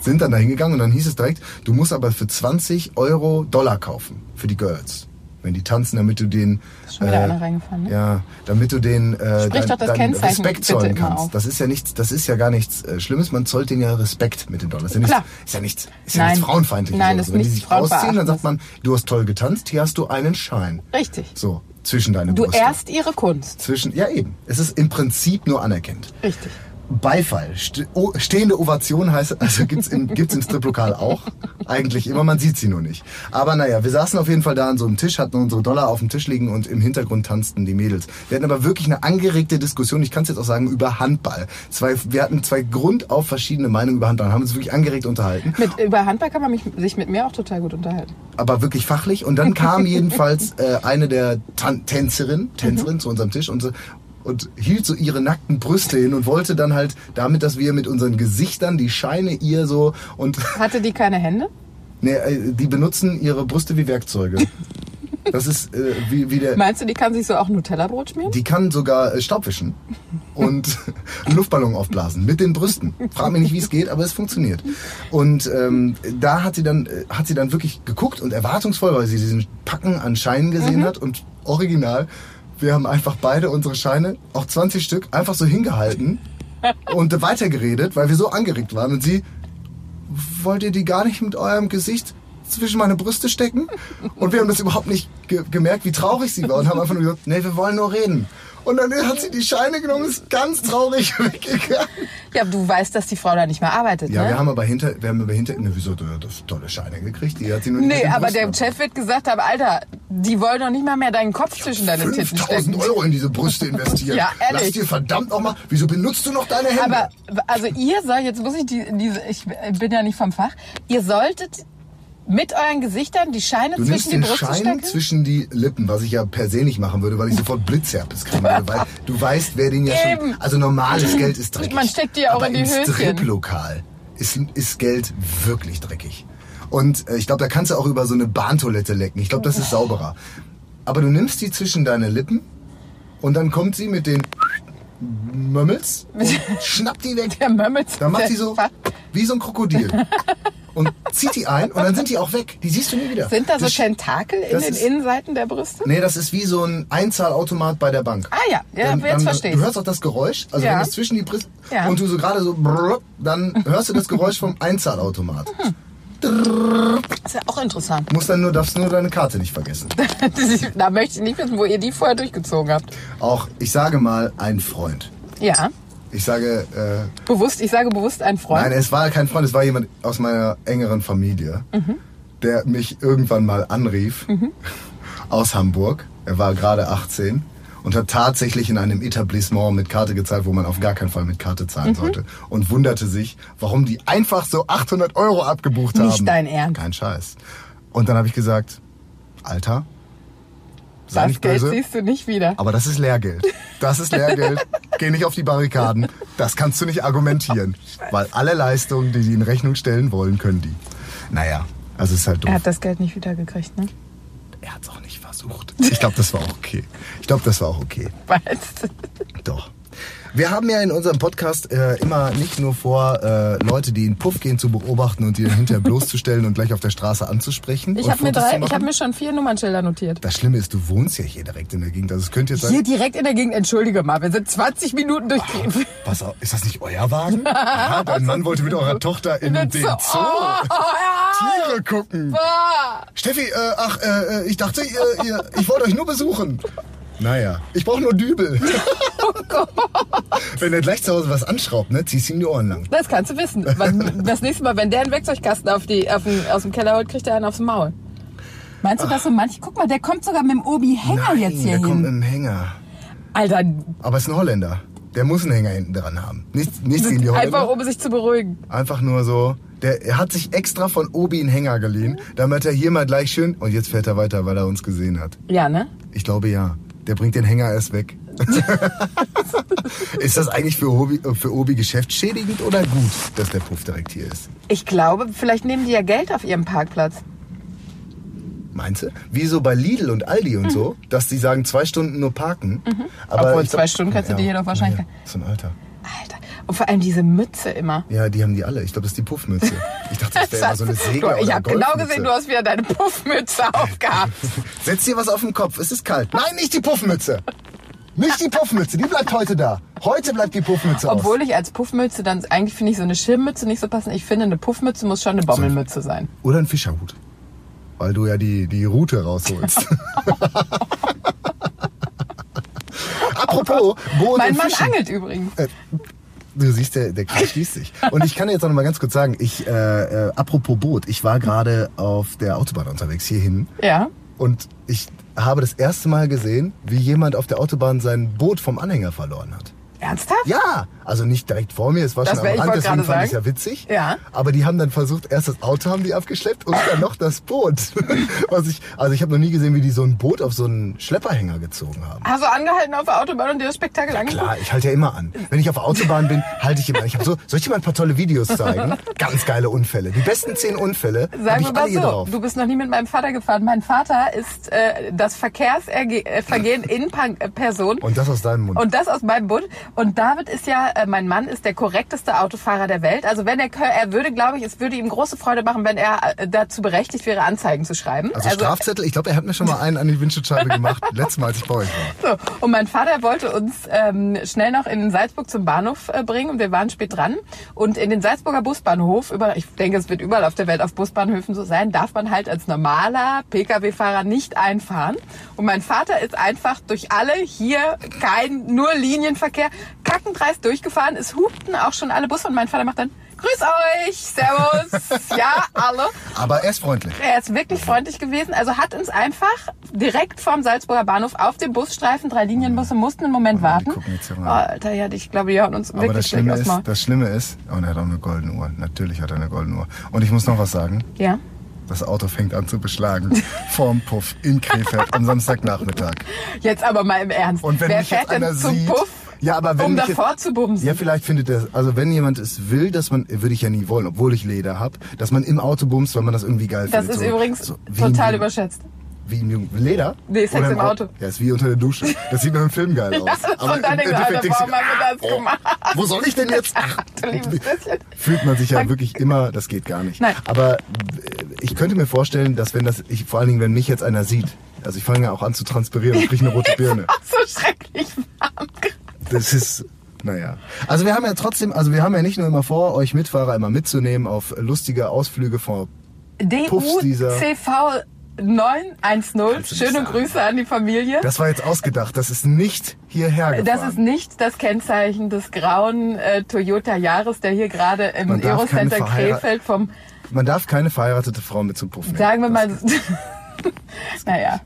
A: Sind dann da hingegangen und dann hieß es direkt, du musst aber für 20 Euro Dollar kaufen für die Girls. Wenn die tanzen, damit du den... äh,
C: Ist schon wieder einer reingefahren, ne?
A: Ja, damit du den äh,
C: Sprich doch das Kennzeichen
A: Respekt
C: bitte
A: zollen
C: immer
A: kannst.
C: auf.
A: Das ist ja nichts, das ist ja gar nichts äh, Schlimmes. Man zollt denen ja Respekt mit den Dollar. Ist ja nichts,
C: Klar.
A: ist ja nichts, ist ja
C: Nein.
A: nichts frauenfeindliches.
C: Nein,
A: oder
C: das
A: so.
C: ist
A: Wenn die
C: nichts
A: sich ausziehen, dann sagt
C: Frauenverachtendes.
A: man, du hast toll getanzt, hier hast du einen Schein.
C: Richtig.
A: So zwischen deine
C: Du
A: Brüste.
C: erst ihre Kunst.
A: zwischen, ja eben. Es ist im Prinzip nur anerkannt.
C: Richtig.
A: Beifall. Ste- o- Stehende Ovation heißt, also gibt's im, gibt's im Striplokal auch. Eigentlich immer, man sieht sie nur nicht. Aber naja, wir saßen auf jeden Fall da an so einem Tisch, hatten unsere Dollar auf dem Tisch liegen und im Hintergrund tanzten die Mädels. Wir hatten aber wirklich eine angeregte Diskussion, ich kann es jetzt auch sagen, über Handball. Zwei, wir hatten zwei grundauf verschiedene Meinungen über Handball, und haben uns wirklich angeregt unterhalten
C: Mit, über Handball kann man mich, sich mit mir auch total gut unterhalten.
A: aber wirklich fachlich. Und dann kam jedenfalls äh, eine der Tan Tänzerin, Tänzerin zu unserem Tisch und, so, und hielt so ihre nackten Brüste hin und wollte dann halt damit, dass wir mit unseren Gesichtern die Scheine ihr so und (laughs) ne,
C: Hatte die keine Hände?
A: nee, äh, die benutzen ihre Brüste wie Werkzeuge. Das ist äh, wie, wie der.
C: Meinst du, die kann sich so auch ein Nutella-Brot schmieren?
A: Die kann sogar äh, Staub wischen und einen Luftballon aufblasen mit den Brüsten. Frag mich nicht, wie es geht, aber es funktioniert. Und ähm, da hat sie dann äh, hat sie dann wirklich geguckt und erwartungsvoll, weil sie diesen Packen an Scheinen gesehen hat und original. Wir haben einfach beide unsere Scheine, auch 20 Stück, einfach so hingehalten und äh, weitergeredet, weil wir so angeregt waren. Und sie, wollt ihr die gar nicht mit eurem Gesicht zwischen meine Brüste stecken? Und wir haben das überhaupt nicht ge gemerkt, wie traurig sie war und haben einfach nur gesagt, nee, wir wollen nur reden. Und dann hat sie die Scheine genommen und ist ganz traurig (laughs) weggegangen.
C: Ja, aber du weißt, dass die Frau da nicht mehr arbeitet,
A: Ja,
C: ne?
A: wir haben aber hinter, wir haben aber hinter, ne, wieso, du hast tolle Scheine gekriegt, die hat sie nur nicht mit
C: Nee,
A: den
C: aber der
A: Brüsten.
C: Chef wird gesagt haben, Alter, die wollen doch nicht mal mehr deinen Kopf zwischen deine Titten
A: 5000
C: stecken.
A: Euro in diese Brüste investiert.
C: Ja, ehrlich.
A: Lass dir verdammt nochmal, wieso benutzt du noch deine Hände?
C: Aber also ihr sollt, jetzt muss ich die, diese, ich bin ja nicht vom Fach, ihr solltet mit euren Gesichtern die Scheine
A: Du
C: zwischen
A: nimmst
C: die
A: den
C: Brüste
A: Schein
C: stecken?
A: zwischen die Lippen, was ich ja per se nicht machen würde, weil ich sofort Blitzherpes kriegen würde,
C: (laughs)
A: weil du weißt, wer den ja
C: Eben.
A: schon... Also normales Geld ist dreckig.
C: Man steckt die ja auch
A: Aber
C: in die
A: im
C: Höschen.
A: Striplokal ist, ist Geld wirklich dreckig. Und äh, ich glaube, da kannst du auch über so eine Bahntoilette lecken. Ich glaube, das ist sauberer. Aber du nimmst die zwischen deine Lippen und dann kommt sie mit den Mömmels
C: (laughs)
A: und schnappt die weg.
C: Der Mömmels.
A: Dann macht sie so wie so ein
C: (laughs)
A: Krokodil und zieht die ein und dann sind die auch weg. Die siehst du nie wieder.
C: Sind da so
A: Das-
C: Tentakel in
A: das
C: den
A: ist-
C: Innenseiten der Brüste?
A: Nee, das ist wie so ein Einzahlautomat bei der Bank.
C: Ah ja, ja,
A: Dann-
C: jetzt
A: dann-
C: versteh
A: Du
C: ich's.
A: hörst auch das Geräusch, also
C: Ja.
A: wenn es zwischen die Brüste
C: Ja.
A: und du so gerade so, brrr, dann hörst du das Geräusch vom Einzahlautomat.
C: Mhm. Das ist ja auch interessant.
A: Musst dann nur, darfst nur deine Karte nicht vergessen.
C: (laughs) da möchte ich nicht wissen, wo ihr die vorher durchgezogen habt.
A: Auch, ich sage mal, ein Freund.
C: Ja,
A: Ich sage, äh,
C: bewusst, ich sage bewusst ein Freund.
A: Nein, es war kein Freund, es war jemand aus meiner engeren Familie,
C: Mhm.
A: der mich irgendwann mal anrief aus Hamburg. Er war gerade 18 und hat tatsächlich in einem Etablissement mit Karte gezahlt, wo man auf gar keinen Fall mit Karte
C: Mhm.
A: zahlen sollte. Und wunderte sich, warum die einfach so 800 Euro abgebucht haben.
C: Nicht dein Ernst.
A: Kein Scheiß. Und dann habe ich gesagt, Alter, sei
C: das
A: nicht
C: Geld
A: böse.
C: siehst du nicht wieder.
A: Aber das ist Lehrgeld. Das ist Lehrgeld. Geh nicht auf die Barrikaden. Das kannst du nicht argumentieren. weil alle Leistungen, die sie in Rechnung stellen wollen, können die. Naja, also es ist halt doof.
C: Er hat das Geld nicht wiedergekriegt, ne?
A: Er hat's auch nicht versucht. Ich glaube, das war auch okay. Ich glaube, das war auch okay.
C: (laughs) Weißt du?
A: Doch. Wir haben ja in unserem Podcast äh, immer nicht nur vor, äh, Leute, die in Puff gehen, zu beobachten und die dann hinterher bloßzustellen und gleich auf der Straße anzusprechen.
C: Ich
A: und
C: habe mir,
A: Fotos zu
C: drei- ich
A: machen.
C: hab mir schon vier Nummernschilder notiert.
A: Das Schlimme ist, du wohnst ja hier direkt in der Gegend. Also es könnte jetzt sein,
C: Hier direkt in der Gegend, entschuldige mal, wir sind 20 Minuten durch die...
A: Was, ist das nicht euer Wagen?
C: (laughs)
A: Ja, dein Mann wollte mit eurer Tochter in den
C: Oh,
A: Zoo
C: oh, ja.
A: Tiere gucken. Steffi, äh, ach, äh, äh, ich dachte, ihr, ihr, ich wollte euch nur besuchen. Naja, ich brauche nur
C: (laughs)
A: Dübel.
C: Oh
A: Wenn er gleich zu Hause was anschraubt, ne, ziehst ihm die Ohren lang.
C: Das kannst du wissen. Was, das nächste Mal, wenn der einen Werkzeugkasten auf die, auf den, aus dem Keller holt, kriegt er einen aufs Maul. Meinst du, dass so manche... Guck mal, der kommt sogar mit dem Obi-Hänger
A: Nein,
C: jetzt hier
A: der kommt
C: hin.
A: mit dem Hänger.
C: Alter,
A: Aber es ist ein Holländer. Der muss einen Hänger hinten dran haben. Nichts, nichts gegen die Holländer.
C: einfach um sich zu beruhigen.
A: Einfach nur so. Der er hat sich extra von Obi einen Hänger geliehen, damit er hier mal gleich schön. Und jetzt fährt er weiter, weil er uns gesehen hat.
C: Ja, ne?
A: Ich glaube ja. Der bringt den Hänger erst
C: (laughs)
A: weg. ist das eigentlich für Obi, äh, für Obi geschäftsschädigend oder gut, dass der Puff direkt hier ist?
C: Ich glaube, vielleicht nehmen die ja Geld auf ihrem Parkplatz.
A: Meinst du? Wie so bei Lidl und Aldi und so, dass die sagen, zwei Stunden nur parken. Aber
C: Mhm. Obwohl,
A: ich
C: zwei Stunden kannst du die hier doch wahrscheinlich-
A: Ja, ist ein Alter.
C: Alter. Und vor allem diese Mütze immer.
A: Ja, die haben die alle. Ich glaube, das ist die Puffmütze. Ich dachte, das wäre immer
C: (laughs)
A: so eine Segel.
C: du, ich
A: oder
C: habe genau
A: Golfmütze.
C: gesehen, du hast wieder deine
A: (laughs)
C: Puffmütze aufgehabt.
A: Setz dir was auf den Kopf, es ist kalt. Nein, nicht die Puffmütze. Nicht die Puffmütze, die bleibt heute da. Heute bleibt die Puffmütze aus.
C: (laughs) Obwohl ich als Puffmütze dann eigentlich finde ich so eine Schirmmütze nicht so passend. Ich finde, eine Puffmütze muss schon eine Bommelmütze sein.
A: Oder ein Fischerhut. Weil du ja die, die Rute
C: (laughs)
A: rausholst. Apropos, Boot
C: mein
A: und Äh.
C: Mann
A: Fischen.
C: angelt übrigens.
A: Du siehst, der, der Kreis schließt sich. Und ich kann jetzt auch noch mal ganz kurz sagen, ich, äh, äh, apropos Boot, ich war gerade auf der Autobahn unterwegs hierhin
C: Ja.
A: und ich habe das erste Mal gesehen, wie jemand auf der Autobahn sein Boot vom Anhänger verloren hat.
C: Ernsthaft?
A: Ja, Also nicht direkt vor mir, es war
C: Das
A: schon
C: wär-
A: am
C: ich
A: Rand,
C: wollte
A: deswegen
C: gerade
A: fand ich es
C: sagen.
A: ja witzig.
C: Ja.
A: Aber die haben dann versucht, erst das Auto haben die abgeschleppt und dann noch das Boot. (laughs) Was ich, also ich habe noch nie gesehen, wie die so ein Boot auf so einen Schlepperhänger gezogen haben.
C: Hast du angehalten auf der Autobahn und dir das Spektakel angeguckt?
A: Klar, ich halte ja immer an. Wenn ich auf der Autobahn bin, halte ich immer an. Ich hab so, soll ich dir mal ein paar tolle Videos zeigen? Ganz geile Unfälle. Die besten zehn Unfälle habe
C: Sagen
A: ich
C: wir
A: alle
C: mal
A: hier
C: so,
A: drauf.
C: du bist noch nie mit meinem Vater gefahren. Mein Vater ist äh, das
A: (laughs)
C: Verkehrsvergehen in Pan äh, Person.
A: Und das aus deinem Mund.
C: Und das aus meinem Bund. Und David ist ja, äh, mein Mann ist der korrekteste Autofahrer der Welt. Also wenn er, kö- er würde, glaube ich, es würde ihm große Freude machen, wenn er äh, dazu berechtigt wäre, Anzeigen zu schreiben.
A: also Strafzettel, ich glaube, er hat mir schon mal einen an die Windschutzscheibe gemacht, (laughs) letztes Mal, als ich bei euch war.
C: So, und mein Vater wollte uns ähm, schnell noch in Salzburg zum Bahnhof äh, bringen und wir waren spät dran. Und in den Salzburger Busbahnhof, über, ich denke, es wird überall auf der Welt auf Busbahnhöfen so sein, darf man halt als normaler Pkw-Fahrer nicht einfahren. Und mein Vater ist einfach durch alle hier kein, nur Linienverkehr, kackendreist durchgefahren. Es hupten auch schon alle Busse und mein Vater macht dann, Grüß euch, Servus, ja, alle.
A: Aber er ist freundlich.
C: Er ist wirklich freundlich gewesen. Also hat uns einfach direkt vom Salzburger Bahnhof auf dem Busstreifen, drei Linienbusse mussten einen Moment
A: Ja, die
C: warten.
A: gucken jetzt hier
C: oh,
A: rein.
C: Alter, ja, ich glaube, die hören uns
A: Aber das
C: wirklich schlecht
A: Schlimme, ist,
C: erstmal.
A: das Schlimme ist, oh, und er hat auch eine goldene Uhr. Natürlich hat er eine goldene Uhr. Und ich muss noch was sagen.
C: Ja.
A: Das Auto fängt an zu
C: (laughs)
A: beschlagen. Vorm Puff in Krefeld am Samstagnachmittag.
C: Jetzt aber mal im Ernst.
A: Und wenn
C: Wer
A: mich
C: fährt
A: jetzt einer
C: denn zum
A: sieht,
C: Puff,
A: ja, aber wenn
C: um
A: mich
C: davor
A: jetzt,
C: zu bumsen?
A: Ja, vielleicht findet er, also wenn jemand es will, dass man, würde ich ja nie wollen, obwohl ich Leder hab, dass man im Auto bumst, weil man das irgendwie geil
C: das
A: findet.
C: ist
A: So-
C: übrigens
A: so wie im
C: total
A: Jugend-
C: überschätzt. (laughs)
A: Wie im Jugend Leder?
C: Nee, Sex
A: Oder
C: im Auto.
A: Ja, ist wie unter der Dusche. Das sieht nur im Film
C: (laughs)
A: geil aus.
C: das- und dann
A: im
C: denkst du, Alter,
A: Endeffekt denkst du,
C: warum haben wir das
A: "Ah,
C: gemacht?" (laughs)
A: Wo soll ich denn jetzt?
C: Du liebes bisschen.
A: Fühlt man sich ja wirklich immer, das geht gar nicht.
C: Nein.
A: Aber äh, ich könnte mir vorstellen, dass wenn das, ich, vor allen Dingen, wenn mich jetzt einer sieht, also ich fange ja auch an zu transpirieren, ich kriege eine rote
C: (laughs)
A: Birne.
C: Ach, so schrecklich warm.
A: Das ist, naja. Also wir haben ja trotzdem, also wir haben ja nicht nur immer vor, euch Mitfahrer immer mitzunehmen auf lustige Ausflüge vor. Puffs dieser-
C: DUCV 910.
A: Kannst du nicht
C: Schöne
A: sagen.
C: Grüße an die Familie.
A: Das war jetzt ausgedacht, das ist nicht hierher gefahren.
C: Äh, Das ist nicht das Kennzeichen des grauen äh, Toyota Yaris, der hier gerade im
A: Man darf keine
C: Eurocenter
A: verheira-
C: Krefeld vom,
A: Man darf keine verheiratete Frau mit zum Puff nehmen.
C: sagen wir mal, (laughs) naja.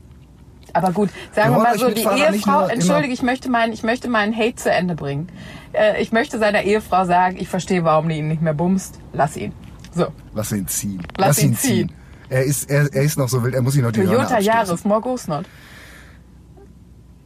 C: Aber gut, sagen
A: Wir
C: wir,
A: wollen
C: mal
A: euch
C: so, die
A: Mitfahrer nicht
C: Ehefrau,
A: nur immer-
C: entschuldige, ich möchte, meinen, ich möchte meinen Hate zu Ende bringen. Äh, ich möchte seiner Ehefrau sagen, ich verstehe, warum du ihn nicht mehr bumst. Lass ihn. So,
A: Lass ihn ziehen.
C: Lass ihn ziehen.
A: Er ist, er, er ist noch so wild, er muss sich noch die Hörner
C: Toyota
A: abstoßen.
C: Yaris, more goes not.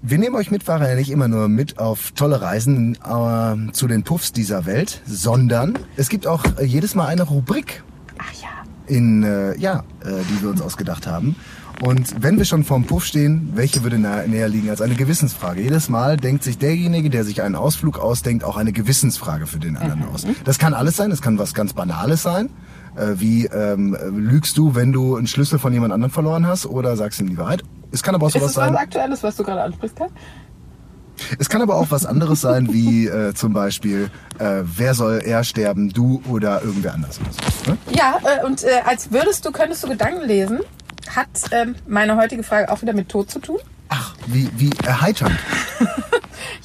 A: Wir nehmen euch Mitfahrer ja nicht immer nur mit auf tolle Reisen äh, zu den Puffs dieser Welt, sondern es gibt auch äh, jedes Mal eine Rubrik,
C: Ach ja.
A: in, äh, ja, äh, die wir uns ausgedacht haben. Und wenn wir schon vorm Puff stehen, welche würde nahe, näher liegen als eine Gewissensfrage? Jedes Mal denkt sich derjenige, der sich einen Ausflug ausdenkt, auch eine Gewissensfrage für den anderen aus. Das kann alles sein, das kann was ganz Banales sein. äh, Wie ähm, lügst du, wenn du einen Schlüssel von jemand anderem verloren hast oder sagst ihm die Wahrheit? Es kann aber auch
C: Ist
A: sowas
C: das was
A: sein.
C: Aktuelles, was du gerade ansprichst, Kai?
A: Es kann aber auch was anderes sein, wie äh, zum Beispiel, äh, wer soll eher sterben, du oder irgendwer anders oder so. Ne?
C: Ja, äh, und äh, als würdest du, könntest du Gedanken lesen, hat ähm, meine heutige Frage auch wieder mit Tod zu tun?
A: Ach, wie, wie erheiternd.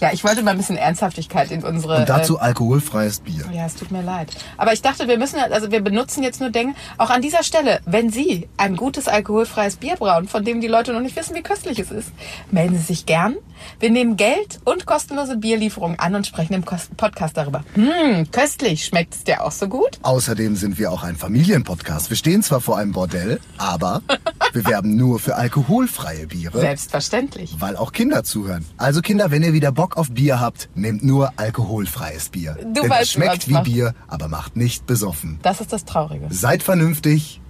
C: Ja, ich wollte mal ein bisschen Ernsthaftigkeit in unsere.
A: Und dazu alkoholfreies Bier.
C: äh, ja, es tut mir leid. Aber ich dachte, wir müssen, also wir benutzen jetzt nur Dinge. Auch an dieser Stelle, wenn Sie ein gutes alkoholfreies Bier brauen, von dem die Leute noch nicht wissen, wie köstlich es ist, melden Sie sich gern. Wir nehmen Geld und kostenlose Bierlieferungen an und sprechen im Kos- Podcast darüber. Hm, köstlich. Schmeckt es dir auch so gut?
A: Außerdem sind wir auch ein Familienpodcast. Wir stehen zwar vor einem Bordell,
C: (laughs)
A: aber wir werben nur für alkoholfreie Biere,
C: Selbstverständlich.
A: weil auch Kinder zuhören. Also Kinder, wenn ihr wieder Bock auf Bier habt, nehmt nur alkoholfreies Bier. Denn
C: weißt,
A: es schmeckt
C: was
A: wie
C: macht.
A: Bier, aber macht nicht besoffen.
C: Das ist das Traurige.
A: Seid vernünftig,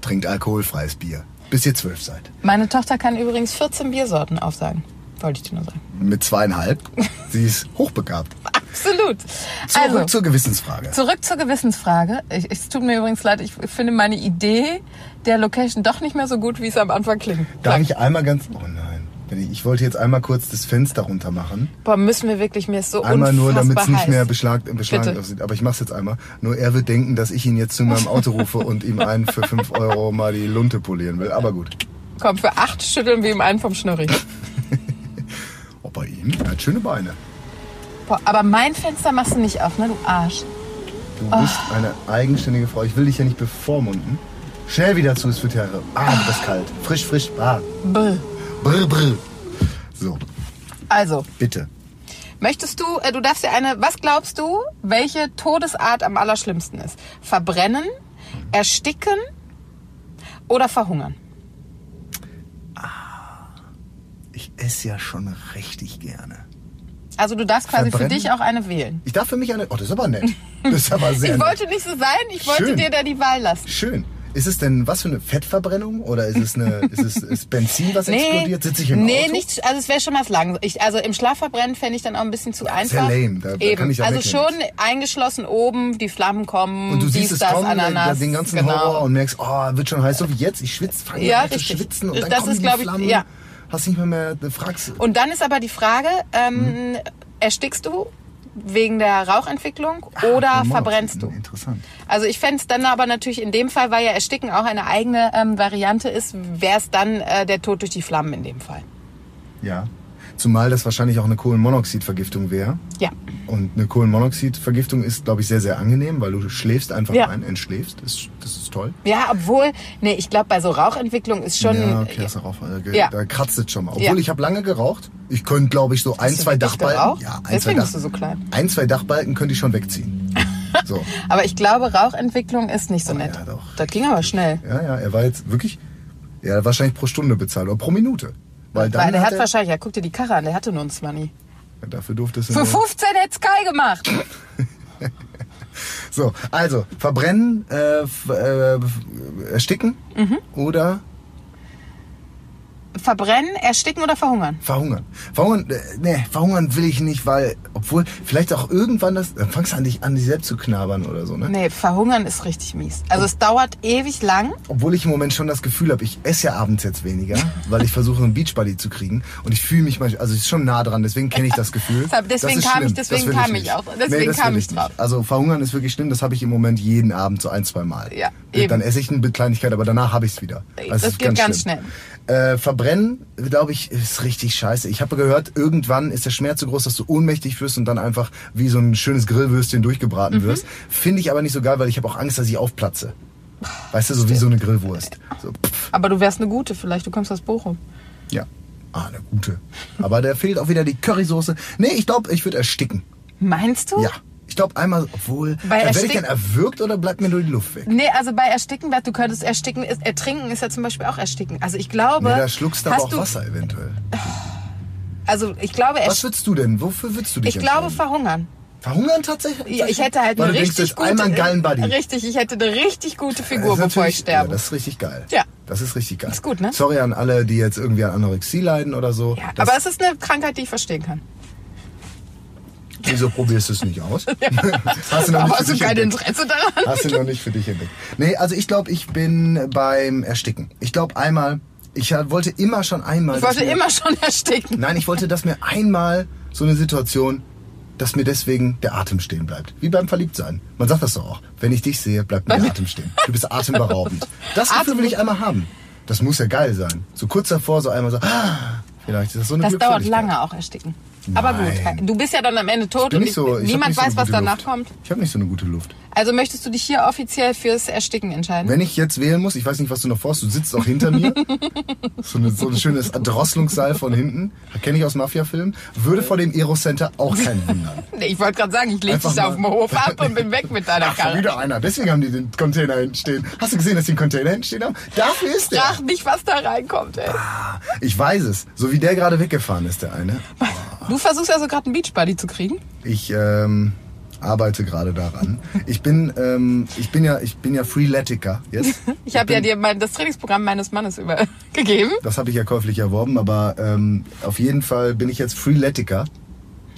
A: trinkt alkoholfreies Bier, bis ihr zwölf seid.
C: Meine Tochter kann übrigens 14 Biersorten aufsagen. Wollte ich dir nur sagen.
A: Mit zweieinhalb, sie ist hochbegabt.
C: Absolut.
A: Zurück
C: also,
A: zur Gewissensfrage.
C: zurück zur Gewissensfrage. Ich, es tut mir übrigens leid, ich finde meine Idee der Location doch nicht mehr so gut, wie es am Anfang klingt.
A: Darf ich einmal ganz... Oh nein. Wenn ich- Ich wollte jetzt einmal kurz das Fenster runter machen.
C: Boah, müssen wir wirklich, mir ist so
A: Einmal nur,
C: unfassbar
A: damit es nicht
C: heiß.
A: mehr beschlagt, beschlagen
C: Bitte.
A: auf sind. Aber ich mach's jetzt einmal. Nur er wird denken, dass ich ihn jetzt zu meinem Auto rufe und ihm einen für 5 Euro mal die Lunte polieren will. Aber gut.
C: Komm, für acht schütteln wir ihm einen vom Schnurri.
A: Oh, bei ihm? Er hat schöne Beine.
C: Boah, aber mein Fenster machst du nicht auf, ne, du Arsch.
A: Du
C: Ah.
A: bist eine eigenständige Frau. Ich will dich ja nicht bevormunden. Schnell wieder zu, es wird ja ah, wird das kalt. Frisch, frisch, ah.
C: Brr.
A: Brr, brr. So,
C: Also,
A: bitte.
C: Möchtest du, äh, du darfst ja eine, was glaubst du, welche Todesart am allerschlimmsten ist? Verbrennen, ersticken oder verhungern?
A: Ich esse ja schon richtig gerne.
C: Also du darfst quasi für
A: Verbrennen?
C: dich auch eine wählen.
A: Ich darf für mich eine. Oh, das ist aber nett. Das ist
C: (laughs)
A: aber sehr
C: ich
A: nett.
C: wollte nicht so sein, ich wollte
A: Schön.
C: dir da die Wahl lassen.
A: Schön. Ist es denn was für eine Fettverbrennung oder ist es eine ist es ist Benzin,
C: (laughs)
A: was explodiert? Sitze ich im
C: nee,
A: Auto?
C: nicht, also es wäre schon was lang. Ich, also im Schlaf verbrennen fände ich dann auch ein bisschen zu
A: ist ja
C: einfach.
A: lame, da- da
C: Eben.
A: kann ich ja
C: also
A: wegnehmen.
C: schon eingeschlossen oben, die Flammen kommen,
A: Und du
C: dies,
A: siehst es
C: das,
A: kommen,
C: Ananas.
A: den ganzen
C: genau.
A: Horror und merkst, oh, wird schon heiß, so wie jetzt. Ich schwitze, fange
C: Ja,
A: an zu
C: richtig.
A: schwitzen und dann
C: Das
A: kommen
C: ist,
A: die
C: glaub ich,
A: Flammen.
C: ja.
A: Hast nicht mehr mehr, du fragst,
C: Und dann ist aber die Frage,
A: Hm?
C: ähm, erstickst du wegen der Rauchentwicklung
A: Ah,
C: oder
A: Monoxid,
C: verbrennst du?
A: Interessant.
C: Also ich fänd's dann aber natürlich in dem Fall, weil ja Ersticken auch eine eigene ähm, Variante ist, wär's dann äh, der Tod durch die Flammen in dem Fall.
A: Ja. Zumal das wahrscheinlich auch eine Kohlenmonoxidvergiftung wäre.
C: Ja.
A: Und eine Kohlenmonoxidvergiftung ist, glaube ich, sehr, sehr angenehm, weil du schläfst einfach
C: Ja.
A: ein, entschläfst. Das, ist- das ist toll.
C: Ja, obwohl, nee, ich glaube, bei so Rauchentwicklung ist schon...
A: ja, okay, hast du rauf, äh, ge-
C: Ja.
A: da kratzt es schon mal. Obwohl,
C: Ja.
A: ich habe lange geraucht. Ich könnte, glaube ich, so ein,
C: du
A: zwei
C: wirklich
A: Dachbalken...
C: geraucht?
A: Ja, ein, zwei
C: Deswegen
A: Dach-
C: bist du so klein.
A: Ein, zwei Dachbalken könnte ich schon
C: (laughs)
A: wegziehen. So.
C: Aber ich glaube, Rauchentwicklung ist nicht so nett.
A: Oh ja, doch.
C: Das ging aber schnell.
A: Ja, ja, er war jetzt wirklich... Ja, wahrscheinlich pro Stunde bezahlt oder pro Minute. Weil dann
C: Weil der hat
A: er-
C: wahrscheinlich, ja, guck dir die Karre an, der hatte nur ein Slanny.
A: Dafür durftest du...
C: Für
A: nur-
C: 15 hätt's Kai gemacht.
A: So, also, verbrennen, äh, f- äh, f- ersticken
C: Mhm.
A: oder
C: Verbrennen, ersticken oder verhungern?
A: Verhungern. Verhungern, äh, nee, verhungern will ich nicht, weil, obwohl, vielleicht auch irgendwann das, dann fangst du an, dich an, dich selbst zu knabbern oder so, ne?
C: Nee, verhungern ist richtig mies. Also es dauert ewig lang.
A: Obwohl ich im Moment schon das Gefühl habe, ich esse ja abends jetzt
C: (laughs)
A: weniger, weil ich versuche, einen Beachbody zu kriegen und ich fühle mich manchmal, also es ist schon nah dran, deswegen kenne ich das
C: (laughs)
A: Gefühl.
C: Deshalb- deswegen
A: das ist
C: kam
A: schlimm,
C: ich- deswegen
A: das will
C: kam ich
A: nicht.
C: auch- deswegen
A: das
C: kam
A: will
C: ich drauf.
A: Nicht. Also verhungern ist wirklich schlimm, das habe ich im Moment jeden Abend so ein, zwei Mal.
C: Ja,
A: Äh, Dann
C: eben.
A: esse ich eine Kleinigkeit, aber danach habe ich es wieder.
C: Ey,
A: Also es
C: das
A: ist
C: geht ganz
A: schlimm. Äh, verbrennen, glaube ich, ist richtig scheiße. Ich habe gehört, irgendwann ist der Schmerz so groß, dass du ohnmächtig wirst und dann einfach wie so ein schönes Grillwürstchen durchgebraten
C: Mhm.
A: wirst. Finde ich aber nicht so geil, weil ich habe auch Angst, dass ich aufplatze. Weißt du, so wie so eine Grillwurst. So, pff,
C: Aber du wärst eine gute vielleicht, du kommst aus Bochum.
A: ja. Ah, eine gute. Aber da fehlt auch wieder die Currysoße. Nee, ich glaube, ich würde ersticken.
C: Meinst du?
A: Ja. Ich glaube einmal, obwohl.
C: Bei
A: Werde ich
C: ersticken-
A: dann erwürgt oder bleibt mir nur die Luft weg?
C: Nee, also bei Ersticken, was du könntest ersticken, ist, ertrinken ist ja zum Beispiel auch ersticken. Also ich glaube,
A: Nee, da schluckst du aber
C: hast
A: auch
C: du,
A: Wasser eventuell.
C: Also ich glaube, erst-
A: Was würdest du denn? Wofür würdest du dich
C: ich glaube
A: entscheiden?
C: verhungern.
A: Verhungern tatsächlich?
C: Ja, ich hätte halt
A: Weil
C: eine
A: du
C: richtig
A: denkst, du
C: gute,
A: hast einmal einen geilen Buddy. Äh,
C: richtig, ich hätte eine richtig gute Figur,
A: Das ist
C: bevor
A: natürlich-
C: ich sterbe.
A: Ja, das ist richtig geil.
C: Ja.
A: Das ist richtig geil.
C: Ist gut, ne?
A: Sorry an alle, die jetzt irgendwie an Anorexie leiden oder so.
C: Ja,
A: Das-
C: aber es ist eine Krankheit, die ich verstehen kann.
A: wieso probierst du es nicht
C: (laughs)
A: aus? (laughs) hast du noch
C: Aber
A: nicht für
C: hast du
A: dich
C: kein
A: entdeckt?
C: Interesse daran?
A: Hast du noch nicht für dich entdeckt. Nee, also ich glaube, ich bin beim Ersticken. Ich glaube einmal, ich halt wollte immer schon einmal.
C: Ich wollte
A: dass mir-
C: immer schon ersticken.
A: Nein, ich wollte, dass mir einmal so eine Situation, dass mir deswegen der Atem stehen bleibt. Wie beim Verliebtsein. Man sagt das doch auch. Wenn ich dich sehe, bleibt mir der Atem stehen. Du bist atemberaubend. Das Gefühl will ich einmal haben. Das muss ja geil sein. So kurz davor so einmal so, ah, vielleicht ist das so eine
C: Das dauert
A: Glückseligkeit.
C: lange auch ersticken. Aber gut,
A: Nein.
C: du bist ja dann am Ende
A: Ich
C: tot
A: bin
C: und
A: nicht so, ich hab
C: niemand
A: nicht so eine
C: weiß, was
A: gute
C: danach
A: Luft.
C: kommt.
A: Ich habe nicht so eine gute Luft.
C: Also möchtest du dich hier offiziell fürs Ersticken entscheiden?
A: Wenn ich jetzt wählen muss, ich weiß nicht, was du noch vorhast, du sitzt auch hinter
C: (laughs)
A: mir. so, eine, so ein schönes Drosselungsseil von hinten. Kenne ich aus Mafia-Filmen. Würde vor dem Aero-Center auch keinen wundern.
C: Nee, Ich wollte gerade sagen, ich leg
A: Einfach
C: dich auf dem
A: mal-
C: Hof ab und bin weg mit deiner
A: Ach, schon
C: Karre.
A: wieder einer. Deswegen haben die den Container hinten stehen. Hast du gesehen, dass die einen Container hinten stehen haben? Dafür ist der.
C: Frag nicht, was da reinkommt, ey.
A: Ah. Ich weiß es. So wie der gerade weggefahren ist, der eine.
C: Du versuchst also gerade einen Beachbody zu kriegen.
A: Ich ähm, arbeite gerade daran. Ich bin, ähm, ich bin ja, ich bin ja Freeletiker jetzt.
C: (laughs) Ich habe ja dir mein, das Trainingsprogramm meines Mannes übergegeben.
A: Das habe ich ja käuflich erworben, aber ähm, auf jeden Fall bin ich jetzt Freeletiker.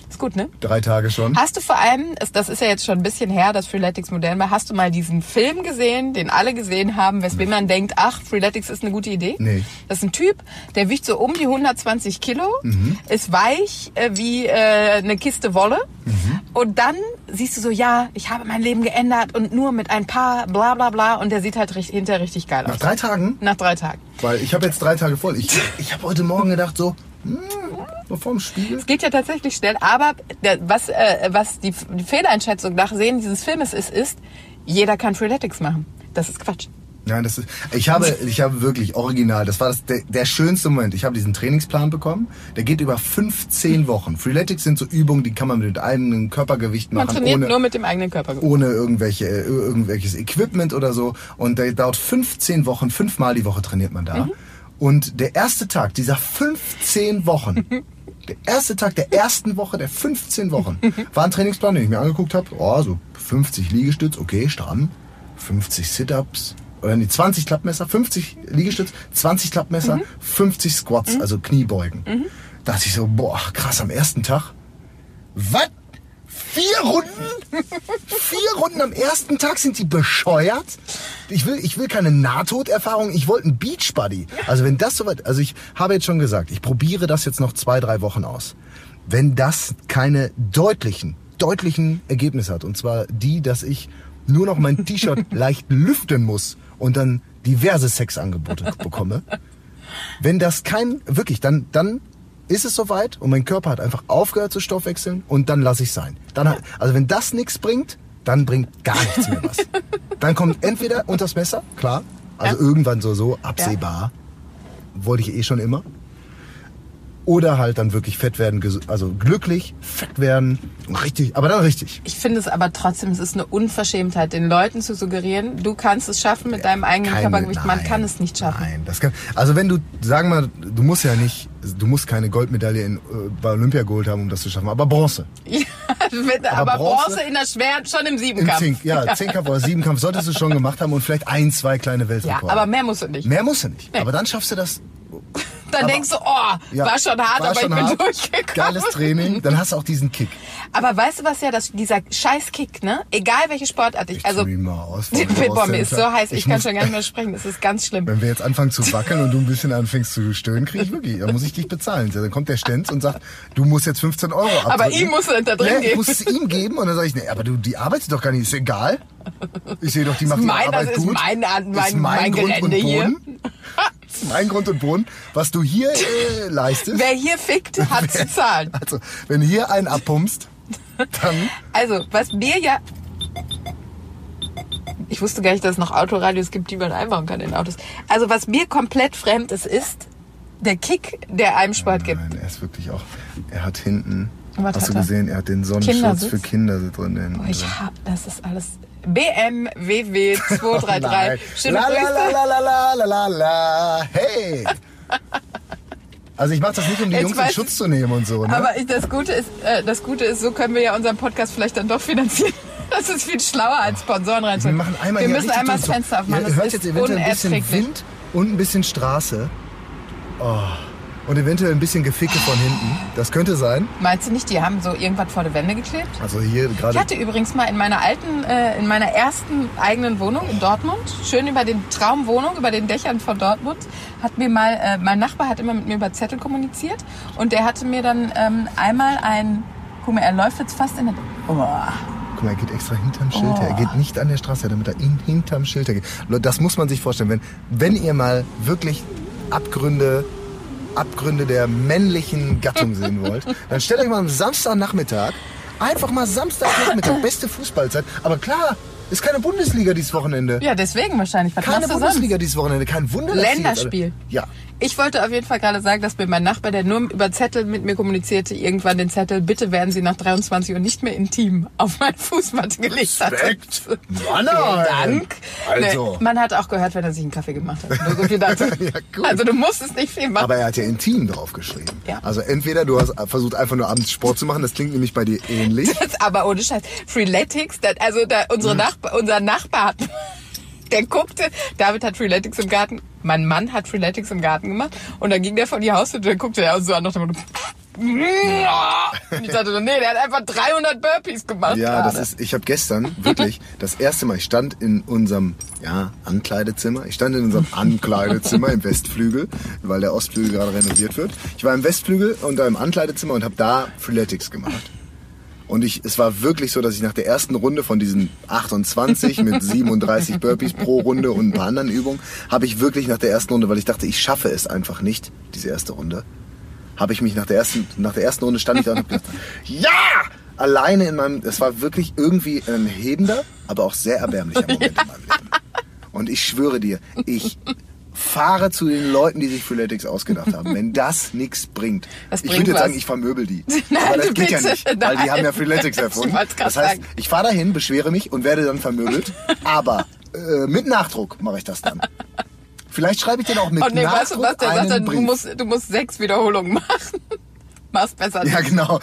C: Ist gut, ne?
A: Drei Tage schon.
C: Hast du vor allem, es- das ist ja jetzt schon ein bisschen her, das Freeletics-Modell, aber hast du mal diesen Film gesehen, den alle gesehen haben, weswegen man denkt, ach, Freeletics ist eine gute Idee?
A: Nee.
C: Das ist ein Typ, der wiegt so um die 120 Kilo,
A: Mhm.
C: ist weich äh, wie äh, eine Kiste Wolle.
A: Mhm.
C: Und dann siehst du so, ja, ich habe mein Leben geändert und nur mit ein paar bla bla bla. Und der sieht halt richtig, hinterher richtig geil
A: Nach
C: aus.
A: drei Tagen?
C: Nach drei Tagen.
A: Weil ich habe jetzt drei Tage voll.
C: (laughs)
A: Ich, ich habe heute Morgen gedacht so, hm, so vorm Spiegel.
C: Es geht ja tatsächlich schnell, aber der, was, äh, was die, die Fehleinschätzung nach Sehen dieses Filmes ist, ist, jeder kann Freeletics machen. Das ist Quatsch.
A: Ja, das ist, ich
C: (laughs)
A: habe, ich habe wirklich original, das war das, der, der schönste Moment. Ich habe diesen Trainingsplan bekommen. Der geht über 15 Wochen. Freeletics sind so Übungen, die kann man mit eigenem Körpergewicht
C: Man
A: machen.
C: trainiert
A: ohne, Oh.
C: nur mit dem eigenen Körper.
A: ohne irgendwelche, äh, irgendwelches Equipment oder so. Und der dauert 15 Wochen, fünfmal die Woche trainiert man da. Und der erste Tag dieser 15 Wochen, der erste Tag der ersten Woche der 15 Wochen, war ein Trainingsplan, den ich mir angeguckt habe. Oh, so 50 Liegestütz, okay, stramm. 50 Sit-Ups. Oder nee, 20 Klappmesser, 50 Liegestütz, 20 Klappmesser, 50 Squats, also Kniebeugen. Dachte ich so, boah, krass, am ersten Tag. Was? Vier Runden? Vier Runden am ersten Tag sind die bescheuert? Ich will, ich will keine Nahtoderfahrung, ich wollte einen Beachbody. Also wenn das soweit, also ich habe jetzt schon gesagt, ich probiere das jetzt noch zwei, drei Wochen aus. Wenn das keine deutlichen, deutlichen Ergebnisse hat, und zwar die, dass ich nur noch mein T-Shirt (laughs) leicht lüften muss und dann diverse Sexangebote bekomme, wenn das kein, wirklich, dann, dann ist es soweit und mein Körper hat einfach aufgehört zu Stoffwechseln und dann lasse ich sein. Dann hat, also wenn das nichts bringt, dann bringt gar nichts mehr was. Dann kommt entweder unters Messer, klar, also
C: Ja.
A: irgendwann so, so, absehbar, wollte ich eh schon immer. Oder halt dann wirklich fett werden, ges- also glücklich, fett werden, richtig, aber dann richtig.
C: Ich finde es aber trotzdem, es ist eine Unverschämtheit, den Leuten zu suggerieren, du kannst es schaffen mit deinem eigenen
A: Keine-
C: Körpergewicht. Man
A: nein,
C: kann es nicht schaffen.
A: Nein, das kann. Also wenn du, sagen wir, mal, du musst ja nicht, du musst keine Goldmedaille in, äh, bei Olympia geholt haben, um das zu schaffen, aber Bronze.
C: Ja, (laughs) mit, aber,
A: Aber
C: Bronze,
A: Bronze-
C: in der Schwert schon im
A: Im
C: Siebenkampf.
A: Zink,
C: (laughs)
A: ja, Zehnkampf oder Siebenkampf solltest du schon gemacht haben und vielleicht ein, zwei kleine
C: ja,
A: Weltrekorde.
C: aber mehr musst du nicht.
A: Mehr musst du nicht. Aber dann schaffst du das.
C: Dann
A: aber-
C: denkst du, oh,
A: ja,
C: war schon hart,
A: war
C: aber
A: schon
C: ich bin
A: hart.
C: durchgekommen.
A: Geiles Training, dann hast du auch diesen Kick.
C: Aber weißt du was ja, das, dieser scheiß Kick, ne? Egal welche Sportart ich,
A: Ich
C: also,
A: tu ihn mal
C: (laughs)
A: aus,
C: die
A: warum
C: Pitbombe
A: brauchst du
C: ist
A: den
C: so
A: Tag?
C: heiß, ich,
A: Ich
C: kann
A: muss-
C: schon gar nicht mehr sprechen, das ist ganz schlimm.
A: Wenn wir jetzt anfangen zu wackeln und du ein bisschen anfängst zu stöhnen, krieg ich wirklich, dann muss ich dich bezahlen. Dann kommt der Stenz und sagt, du musst jetzt 15 Euro abdrücken.
C: Aber ihm musst du hinter drin
A: ja, Ich
C: geben.
A: muss es ihm geben und dann sage ich, nee, aber du, die arbeitet doch gar nicht, ist egal. Ich sehe doch, die macht
C: mein-
A: die Arbeit
C: das ist
A: gut.
C: mein
A: Ist
C: An- mein- mein
A: Grund
C: Gelände hier.
A: und
C: (laughs)
A: Boden. Ist mein Grund und Boden. Was du hier
C: (laughs)
A: äh, leistest,
C: Wer
A: (laughs)
C: hier fickt, hat zu zahlen.
A: also wenn du hier einen
C: (laughs)
A: abpumpst, dann
C: Also, was mir ja. Ich wusste gar nicht, dass es noch Autoradios gibt, die man einbauen kann in Autos. Also, was mir komplett fremd ist, ist der Kick, der einem Sport gibt.
A: Nein, er ist wirklich auch. Er hat hinten.
C: Was
A: hast
C: hat
A: du
C: er?
A: gesehen? Er hat den Sonnenschutz
C: Kindersitz?
A: für Kinder so drin. hinten
C: Boah, ich
A: drin.
C: hab, das ist alles.
A: (laughs)
C: BMWW
A: Oh nein.
C: 233. Schöne
A: la, la,
C: Grüße.
A: la, la, la, la, la, la.
C: (laughs)
A: Hey! Also ich mache das nicht, um die
C: Jetzt
A: Jungs in
C: weiß
A: Schutz
C: ich-
A: zu nehmen und so. Ne?
C: Aber ich, das, Gute ist, äh, das Gute ist, so können wir ja unseren Podcast vielleicht dann doch finanzieren. (laughs) Das ist viel schlauer als Sponsoren
A: wir
C: reinzuholen.
A: machen einmal
C: wir
A: hier
C: müssen
A: richtig
C: einmal das
A: so-
C: Fenster aufmachen.
A: Ihr hört
C: Das
A: jetzt
C: ist
A: eventuell ein bisschen
C: unerträglich.
A: Wind und ein bisschen Straße. Oh. Und eventuell ein bisschen Geficke von hinten. Das könnte sein.
C: Meinst du nicht, die haben so irgendwas vor die Wände geklebt?
A: Also hier
C: Ich
A: gerade.
C: hatte übrigens mal in meiner alten, äh, in meiner ersten eigenen Wohnung in Dortmund, schön über den Traumwohnung, über den Dächern von Dortmund, hat mir mal, äh, mein Nachbar hat immer mit mir über Zettel kommuniziert und der hatte mir dann ähm, einmal ein, guck mal, er läuft jetzt fast in den, oh,
A: Guck mal, er geht extra hinterm Schild her. Er geht nicht an der Straße, her, damit er in, hinterm Schild her geht. Leute, Das muss man sich vorstellen. Wenn, wenn ihr mal wirklich Abgründe, Abgründe der männlichen Gattung sehen wollt, dann stellt euch mal am Samstagnachmittag, einfach mal
C: (laughs)
A: Samstagnachmittag, beste Fußballzeit. Aber klar, ist keine Bundesliga dieses Wochenende.
C: ja deswegen wahrscheinlich, was
A: Keine
C: machst du sonst?
A: Bundesliga dieses Wochenende, kein Wunder. dass die jetzt alle-
C: Länderspiel.
A: Ja.
C: Ich wollte auf jeden Fall gerade sagen, dass mir mein Nachbar, der nur über Zettel mit mir kommunizierte, irgendwann den Zettel, bitte werden Sie nach 23 Uhr nicht mehr intim auf meine Fußmatte gelegt
A: (laughs)
C: hat.
A: Respekt. Mann,
C: Vielen Dank.
A: Also.
C: Nee, man hat auch gehört, wenn er sich einen Kaffee gemacht hat. Nur so viel dazu.
A: (laughs) Ja, gut.
C: Also du musst es nicht viel machen.
A: Aber er hat ja intim draufgeschrieben.
C: Ja.
A: Also entweder du hast versucht einfach nur abends Sport zu machen, das klingt nämlich bei dir (laughs) ähnlich.
C: Aber, ohne Scheiß. Freeletics, das, also da,
A: Mhm.
C: unsere Nachbar, unser Nachbar hat, (laughs) der guckte, David hat Freeletics im Garten, mein Mann hat Freeletics im Garten gemacht und dann ging der vor die Haustür und dann guckte er so an und dachte, und ich dachte, nee, der hat einfach 300 Burpees gemacht.
A: Ja, das
C: gerade.
A: ist, ich habe gestern wirklich das erste Mal, ich stand in unserem ja, Ankleidezimmer, ich stand in unserem Ankleidezimmer im Westflügel, weil der Ostflügel gerade renoviert wird. Ich war im Westflügel und da im Ankleidezimmer und habe da Freeletics gemacht. Und ich, es war wirklich so, dass ich nach der ersten Runde von diesen 28 mit 37 Burpees pro Runde und ein paar anderen Übungen, habe ich wirklich nach der ersten Runde, weil ich dachte, ich schaffe es einfach nicht, diese erste Runde, habe ich mich nach der ersten, nach der ersten Runde stand ich da und habe gedacht, (laughs) ja! Alleine in meinem, es war wirklich irgendwie ein hebender, aber auch sehr erbärmlicher Moment in meinem Leben. Und ich schwöre dir, ich fahre zu den Leuten, die sich Freeletics ausgedacht haben. Wenn das nichts bringt.
C: Das
A: ich
C: bringt
A: würde jetzt
C: was.
A: sagen, ich vermöbel die.
C: (laughs) Nein,
A: Aber das
C: du
A: geht ja
C: bitte.
A: nicht, weil die
C: Nein.
A: haben ja Freeletics
C: Ich
A: erfunden.
C: wollt's grad
A: Das heißt,
C: sagen.
A: ich fahre dahin, beschwere mich und werde dann vermöbelt. Aber äh, mit Nachdruck mache ich das dann. Vielleicht schreibe ich dann auch mit
C: Und Oh, nee,
A: Nachdruck
C: weißt du was? Der
A: einen
C: sagt dann, du
A: Brief.
C: musst, du musst sechs Wiederholungen machen. (laughs) Mach's besser.
A: (laughs) Ja, genau.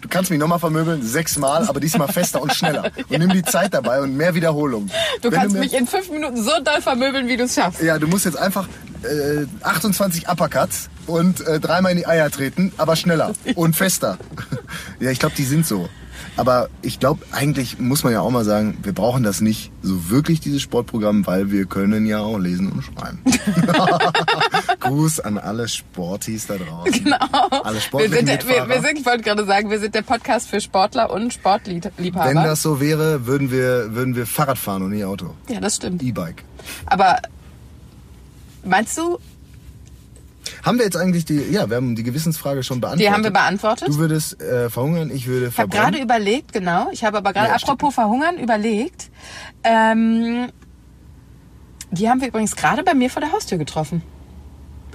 A: Du kannst mich nochmal vermöbeln, sechsmal, aber diesmal fester und
C: (laughs)
A: schneller. Und nimm die Zeit dabei und mehr Wiederholung.
C: Du
A: Wenn
C: kannst
A: mir-
C: mich in fünf Minuten so doll vermöbeln, wie du es schaffst.
A: Ja, du musst jetzt einfach äh, 28 Uppercuts und äh, dreimal in die Eier treten, aber schneller und fester. (laughs) ja, ich glaube, die sind so. Aber ich glaube, eigentlich muss man ja auch mal sagen, wir brauchen das nicht so wirklich, dieses Sportprogramm, weil wir können ja auch lesen und schreiben.
C: (laughs)
A: (laughs) Gruß an alle Sporties da draußen. Genau. Alle
C: Wir
A: sportlichen
C: sind, der, wir,
A: Mitfahrer.
C: wir sind, ich wollte gerade sagen, wir sind der Podcast für Sportler und Sportliebhaber.
A: Wenn das so wäre, würden wir, würden wir Fahrrad fahren und nicht Auto.
C: ja, das stimmt.
A: E-Bike.
C: Aber meinst du,
A: Haben wir jetzt eigentlich die, ja, wir haben die Gewissensfrage schon beantwortet.
C: die haben wir beantwortet?
A: Du würdest äh, verhungern, ich würde
C: Ich habe gerade
A: verbrennen.
C: überlegt, genau. Ich habe aber gerade,
A: Ja,
C: apropos verhungern, überlegt. Ähm, die haben wir übrigens gerade bei mir vor der Haustür getroffen.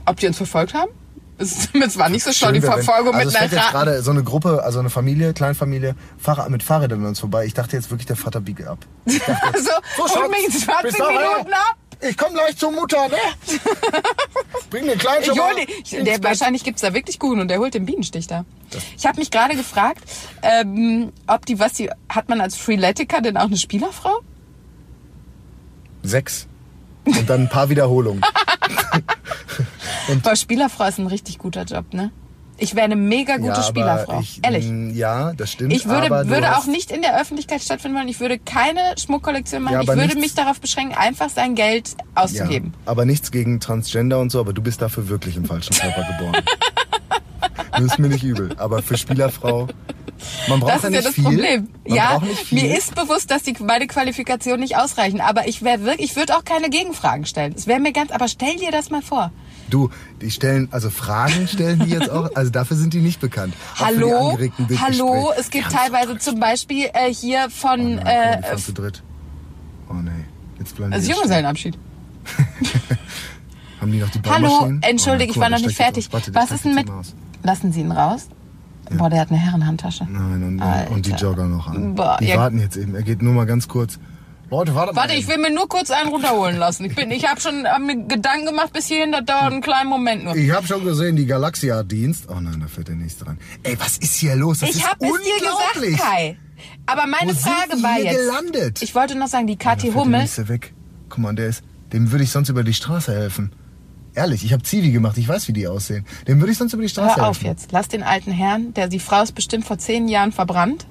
C: Ob die uns verfolgt haben? Es, (laughs) es war nicht so schön, die
A: wäre, wenn-
C: Verfolgung
A: also
C: mit
A: es fährt
C: einer
A: jetzt
C: Ra-
A: gerade so eine Gruppe, also eine Familie, Kleinfamilie, Fahrrad mit Fahrrädern an uns vorbei. Ich dachte jetzt wirklich, der Vater biege ab.
C: (laughs) Also, und mich in 20 Minuten ab.
A: Ich komme gleich zur Mutter, ne?
C: (laughs)
A: Bring den Kleinen
C: Ich hol den, der, wahrscheinlich gibt's da wirklich Kuchen und der holt den Bienenstich da. Ich habe mich gerade gefragt, ähm, ob die, was die, hat man als Freeletiker denn auch eine Spielerfrau?
A: Sechs. Und dann ein paar Wiederholungen.
C: Boah, Spielerfrau ist ein richtig guter Job, ne? Ich wäre eine mega (laughs) gute
A: aber
C: Spielerfrau.
A: ich-
C: Ehrlich.
A: mh, Ja, das stimmt.
C: Ich würde,
A: aber du
C: würde auch
A: hast-
C: nicht in der Öffentlichkeit stattfinden wollen. Ich würde keine Schmuckkollektion machen.
A: Ja,
C: ich
A: aber
C: würde
A: nichts-
C: mich darauf beschränken, einfach sein Geld
A: Ja,
C: auszugeben.
A: aber nichts gegen Transgender und so, aber du bist dafür wirklich im falschen Körper
C: (laughs)
A: geboren. Nimm's mir nicht übel, aber für Spielerfrau, man braucht
C: Das
A: ja nicht
C: ist ja das
A: viel.
C: Problem.
A: Man
C: ja,
A: braucht nicht viel.
C: mir ist bewusst, dass die, meine Qualifikationen nicht ausreichen. Aber ich wäre wirklich, ich würde auch keine Gegenfragen stellen. Es wäre mir ganz, aber stell dir das mal vor.
A: du, die stellen, also Fragen stellen die jetzt auch, also dafür sind die nicht bekannt. Auch für die
C: Hallo,
A: angeregten Oh
C: hallo,
A: Gespräche.
C: es gibt
A: Ja,
C: teilweise zum Beispiel äh, hier
A: Oh
C: von
A: nein, guck mal, die
C: äh,
A: fahren zu dritt. Oh nee, jetzt bleiben
C: also
A: die hier stehen.
C: Junggesellenabschied.
A: Haben die noch die
C: Hallo,
A: Baumaschinen?
C: entschuldige,
A: Oh,
C: ich
A: guck
C: war
A: mal,
C: noch
A: der
C: nicht
A: steigt jetzt
C: fertig.
A: aus. Warte, der
C: Was ist
A: steigt
C: denn
A: jetzt
C: mit.
A: mal aus.
C: Lassen Sie ihn raus. Boah, der hat eine Herrenhandtasche.
A: Nein, und, und, und die
C: Alter.
A: Jogger noch an.
C: Boah,
A: die
C: ja.
A: warten jetzt eben. Er geht nur mal ganz kurz. Leute, wartet mal.
C: Warte, ich will mir nur kurz einen runterholen lassen. Ich bin, ich habe schon hab mir Gedanken gemacht bis hierhin, das dauert einen kleinen Moment nur.
A: Ich habe schon gesehen, die Galaxia hat Dienst. Oh nein, da fällt der nächste dran. Ey, was ist hier los? Das
C: Ich
A: ist
C: habe es dir
A: unglaublich.
C: gesagt, Kai. Aber
A: Wo
C: meine
A: sind
C: Frage
A: die
C: war
A: hier
C: jetzt.
A: gelandet?
C: Ich wollte noch sagen, die Kathi
A: Da fällt der
C: Hummel.
A: nächste weg. Guck mal, der ist. Dem würde ich sonst über die Straße helfen. Ehrlich, ich habe Zivi gemacht. Ich weiß, wie die aussehen. Dem würde ich sonst über die Straße
C: Hör auf
A: helfen.
C: jetzt. Lass den alten Herrn, der die Frau ist bestimmt vor zehn Jahren verbrannt.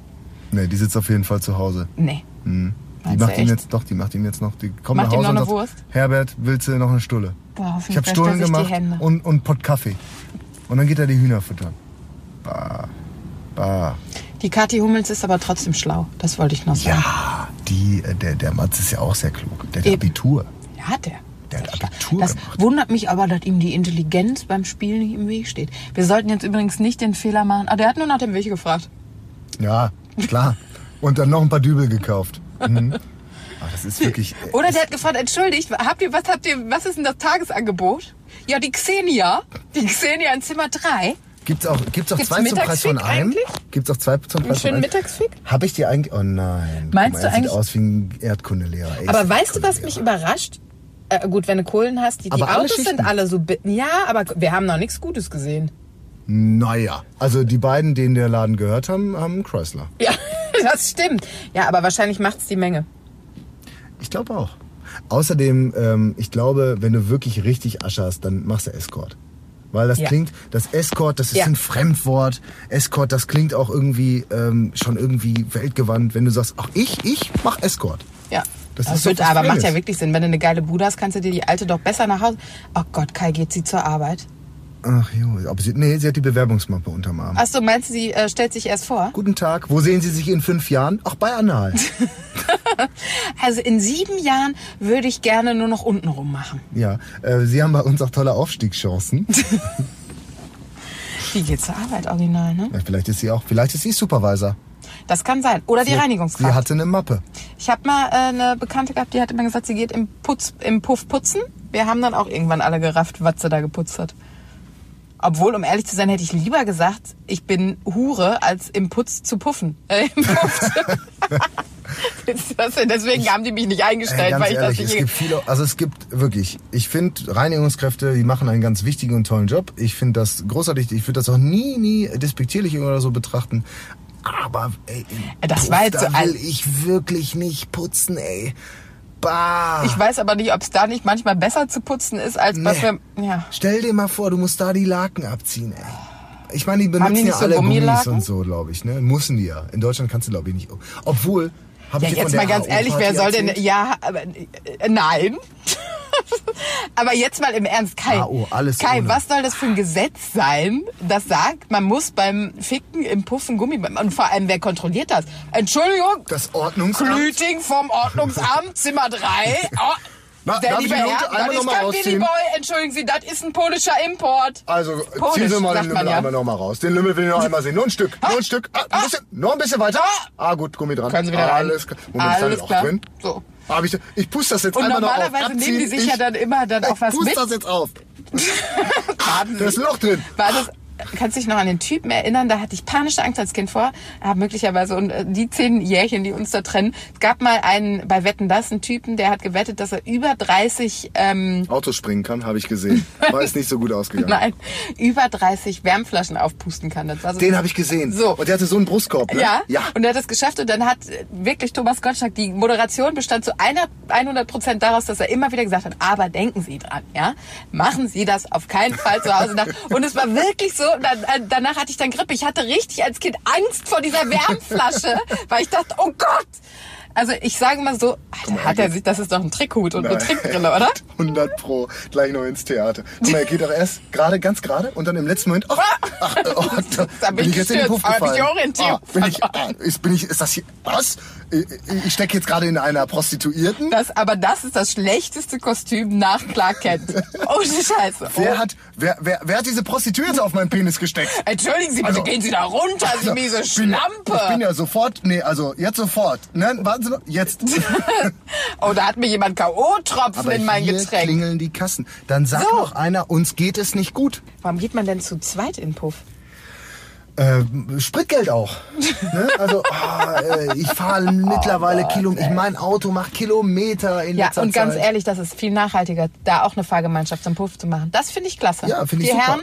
A: Nee, die sitzt auf jeden Fall zu Hause.
C: Nee.
A: Mhm. Die
C: Meinst
A: macht
C: du
A: ihm
C: echt?
A: jetzt doch, die macht ihm jetzt noch, die kommt
C: Macht
A: nach
C: ihm
A: Hause
C: noch
A: und
C: eine
A: sagt, Herbert, willst du noch eine Stulle?
C: Boah, hoffentlich
A: ich habe
C: wäscht er
A: Stullen
C: sich die
A: gemacht
C: Hände.
A: und und Pott Kaffee. Und dann geht er die Hühner füttern. Bah, bah.
C: Die Kathi Hummels ist aber trotzdem schlau. Das wollte ich noch sagen.
A: Ja, die, äh, der, der Matz ist ja auch sehr klug. Der hat
C: Eben.
A: Abitur.
C: Ja, hat er.
A: Der hat Abitur
C: Das
A: gemacht.
C: wundert mich aber, dass ihm die Intelligenz beim Spielen nicht im Weg steht. Wir sollten jetzt übrigens nicht den Fehler machen. Ah, der hat nur nach dem Weg gefragt.
A: Ja, klar. Und dann noch ein paar Dübel gekauft. Mhm. Aber das ist wirklich. äh,
C: Oder der hat gefragt, entschuldigt, habt ihr, was habt ihr, was ist denn das Tagesangebot? Ja, die Xenia. Die Xenia in Zimmer 3.
A: Gibt's auch, gibt's auch
C: Gibt's
A: zwei zum Preis von
C: Mittagsfick
A: einem?
C: eigentlich?
A: Gibt's auch zwei zum Preis von
C: schönen
A: einem?
C: Mittagsfick?
A: Hab ich dir eigentlich. Oh nein. Guck
C: Meinst
A: mal,
C: du
A: er
C: eigentlich-
A: Sieht aus wie ein Erdkundelehrer. Er
C: Aber
A: ist
C: weißt du, was mich
A: Erdkundelehrer.
C: überrascht? Äh, gut, wenn du Kohlen hast, die, die
A: Aber alle
C: Autos sind
A: Schichten.
C: alle so. bi- Ja, aber wir haben noch nichts Gutes gesehen.
A: Naja. Also die beiden, denen der Laden gehört haben, haben einen Chrysler.
C: Ja, (laughs) das stimmt. Ja, aber wahrscheinlich macht's die Menge.
A: Ich glaube auch. Außerdem, ähm, ich glaube, wenn du wirklich richtig Asche hast, dann machst du Escort. Weil das
C: Ja.
A: klingt, das Escort, das ist
C: Ja.
A: ein Fremdwort. Escort, das klingt auch irgendwie ähm, schon irgendwie weltgewandt, wenn du sagst, ach ich, ich mach Escort.
C: Ja.
A: Das
C: Das,
A: ist
C: wird,
A: doch was
C: aber macht
A: Feines.
C: ja wirklich Sinn. Wenn du eine geile Bude hast, kannst du dir die alte doch besser nach Hause. Oh Gott, Kai, geht sie zur Arbeit?
A: Ach jo, aber sie, nee, sie hat die Bewerbungsmappe unterm Arm.
C: Ach so, meinst du, sie äh, stellt sich erst vor?
A: Guten Tag, wo sehen Sie sich in fünf Jahren? Ach, bei Anal.
C: (laughs) Also in sieben Jahren würde ich gerne nur noch untenrum machen.
A: ja, äh, Sie haben bei uns auch tolle
C: (laughs)
A: Aufstiegschancen.
C: Die geht zur Arbeit, original, ne?
A: Ja, vielleicht ist sie auch, vielleicht ist sie Supervisor.
C: Das kann sein. Oder die
A: Sie
C: Reinigungskraft.
A: hatte eine Mappe.
C: Ich habe mal äh, eine Bekannte gehabt, die hat immer gesagt, sie geht im, Putz, im Puff putzen. Wir haben dann auch irgendwann alle gerafft, was sie da geputzt hat. Obwohl, um ehrlich zu sein, hätte ich lieber gesagt, ich bin Hure, als im Putz zu puffen. (laughs) Äh, im Puff zu (laughs) Das- Deswegen haben die mich nicht eingestellt,
A: Ey, Äh, ganz
C: weil ich
A: ehrlich,
C: das
A: es
C: nicht...
A: gibt viele, also es gibt wirklich, ich finde Reinigungskräfte, die machen einen ganz wichtigen und tollen Job. Ich finde das großartig. Ich würde das auch nie, nie despektierlich oder so betrachten. Aber ey,
C: Ey, Äh, das
A: Puff,
C: war jetzt
A: da
C: so ein-
A: will ich wirklich nicht putzen, ey. Bah.
C: ich weiß aber nicht, ob es da nicht manchmal besser zu putzen ist, als was wir... Ja.
A: Stell dir mal vor, du musst da die Laken abziehen, ey. Ich meine, die benutzen
C: die nicht
A: ja
C: so
A: alle Gummis
C: Gummilaken?
A: und so, glaube ich, ne? Müssen die ja. In Deutschland kannst du, glaube ich, nicht. Obwohl, habe
C: Ja,
A: ich dir von
C: jetzt
A: der
C: mal ganz
A: HO
C: ehrlich, wer
A: Party
C: soll denn...
A: erzählt?
C: Ja, aber... Äh, nein. (laughs) aber jetzt mal im Ernst, Kai.
A: HO, alles
C: Kai,
A: ohne.
C: was soll das für ein Gesetz sein, das sagt, man muss beim Ficken im Puffen Gummi... Und vor allem, wer kontrolliert das? Entschuldigung,
A: Das Ordnungsamt.
C: Klüting vom Ordnungsamt, Zimmer 3.
A: (laughs)
C: Oh.
A: Na,
C: Sehr
A: darf ich
C: lieber
A: die Note
C: Herr,
A: einmal
C: das
A: noch
C: ist
A: mal
C: kein
A: rausziehen?
C: Billyboy, entschuldigen Sie, das ist ein polischer Import.
A: Also
C: Polisch,
A: ziehen Sie mal
C: sagt
A: den
C: man
A: Lümmel
C: ja.
A: einmal noch mal raus. Den Lümmel will
C: (laughs)
A: ich noch einmal sehen. Nur ein Stück, nur ein Stück. Ah, ein bisschen, noch ein bisschen weiter. Ah, gut, Gummi dran.
C: Können Sie wieder rein.
A: Alles, klar. Moment, ist da ein
C: Alles
A: Loch
C: klar.
A: drin?
C: So.
A: Hab ich, ich puste das jetzt
C: Und
A: einmal noch auf.
C: normalerweise nehmen die
A: Abziehen.
C: sich
A: ich,
C: ja dann immer dann auch was
A: Ich puste
C: mit.
A: das jetzt
C: (laughs)
A: auf.
C: Warten Sie.
A: Da ist ein Loch drin.
C: War das, kannst du dich noch an den Typen erinnern? Da hatte ich panische Angst als Kind vor. Hab möglicherweise und äh, die zehn Jährchen, die uns da trennen. Es gab mal einen bei Wetten das einen Typen, der hat gewettet, dass er über 30 ähm, (laughs)
A: Auto springen kann, habe ich gesehen. War jetzt nicht so gut ausgegangen.
C: nein über 30 Wärmflaschen aufpusten kann. Das war so
A: Den habe ich gesehen.
C: So.
A: Und der hatte so einen Brustkorb, ne?
C: Ja,
A: Ja.
C: und er hat es geschafft und dann hat äh, wirklich Thomas Gottschalk, die Moderation bestand zu einer, 100 Prozent daraus, dass er immer wieder gesagt hat, aber denken Sie dran, ja, machen Sie das auf keinen Fall zu
A: (laughs)
C: Hause nach. Und es war wirklich so, und dann, äh, danach hatte ich dann Grippe. Ich hatte richtig als Kind Angst vor dieser Wärmflasche, (laughs) weil ich dachte, oh Gott. Also ich sage mal so, Alter, hat er sich, das ist doch ein Trickhut und eine
A: Nein.
C: Trickbrille, oder?
A: 100 pro, gleich noch ins Theater. Guck mal, er geht doch erst gerade, ganz gerade und dann im letzten Moment, ach,
C: (laughs)
A: ach, äh, oh, da,
C: Da bin
A: bin ich
C: ich
A: jetzt in den Puff
C: gestürzt, aber
A: gefallen.
C: die Orientierung
A: Ah, bin ich, ah, ist, bin ich, ist das hier, was? Ich, ich stecke jetzt gerade in einer Prostituierten?
C: Das, aber das ist das schlechteste Kostüm nach
A: (laughs)
C: Clark Kent. Oh, Scheiße.
A: Wer
C: Oh.
A: hat, wer, wer, wer hat diese Prostituierte auf meinen Penis
C: (laughs)
A: gesteckt?
C: Entschuldigen Sie, bitte
A: Also-
C: gehen Sie da runter, Sie miese
A: ich bin,
C: Schlampe.
A: Ich bin ja sofort, nee, also jetzt sofort. Nein, warten Sie noch,
C: (laughs)
A: jetzt.
C: oh, da hat mir jemand K.O.-Tropfen in mein
A: hier
C: Getränk.
A: klingeln die Kassen. Dann sagt
C: So.
A: noch einer, uns geht es nicht gut.
C: Warum geht man denn zu zweit in Puff?
A: Ähm, Spritgeld auch. Ne? Also ah, äh, ich fahre mittlerweile Kilometer. Ich mein Auto macht Kilometer in
C: Oh, Ja,
A: letzter
C: und ganz
A: Zeit.
C: ehrlich, das ist viel nachhaltiger, da auch eine Fahrgemeinschaft zum Puff zu machen. Das finde ich klasse.
A: Ja, finde ich
C: Die
A: super.
C: Herren,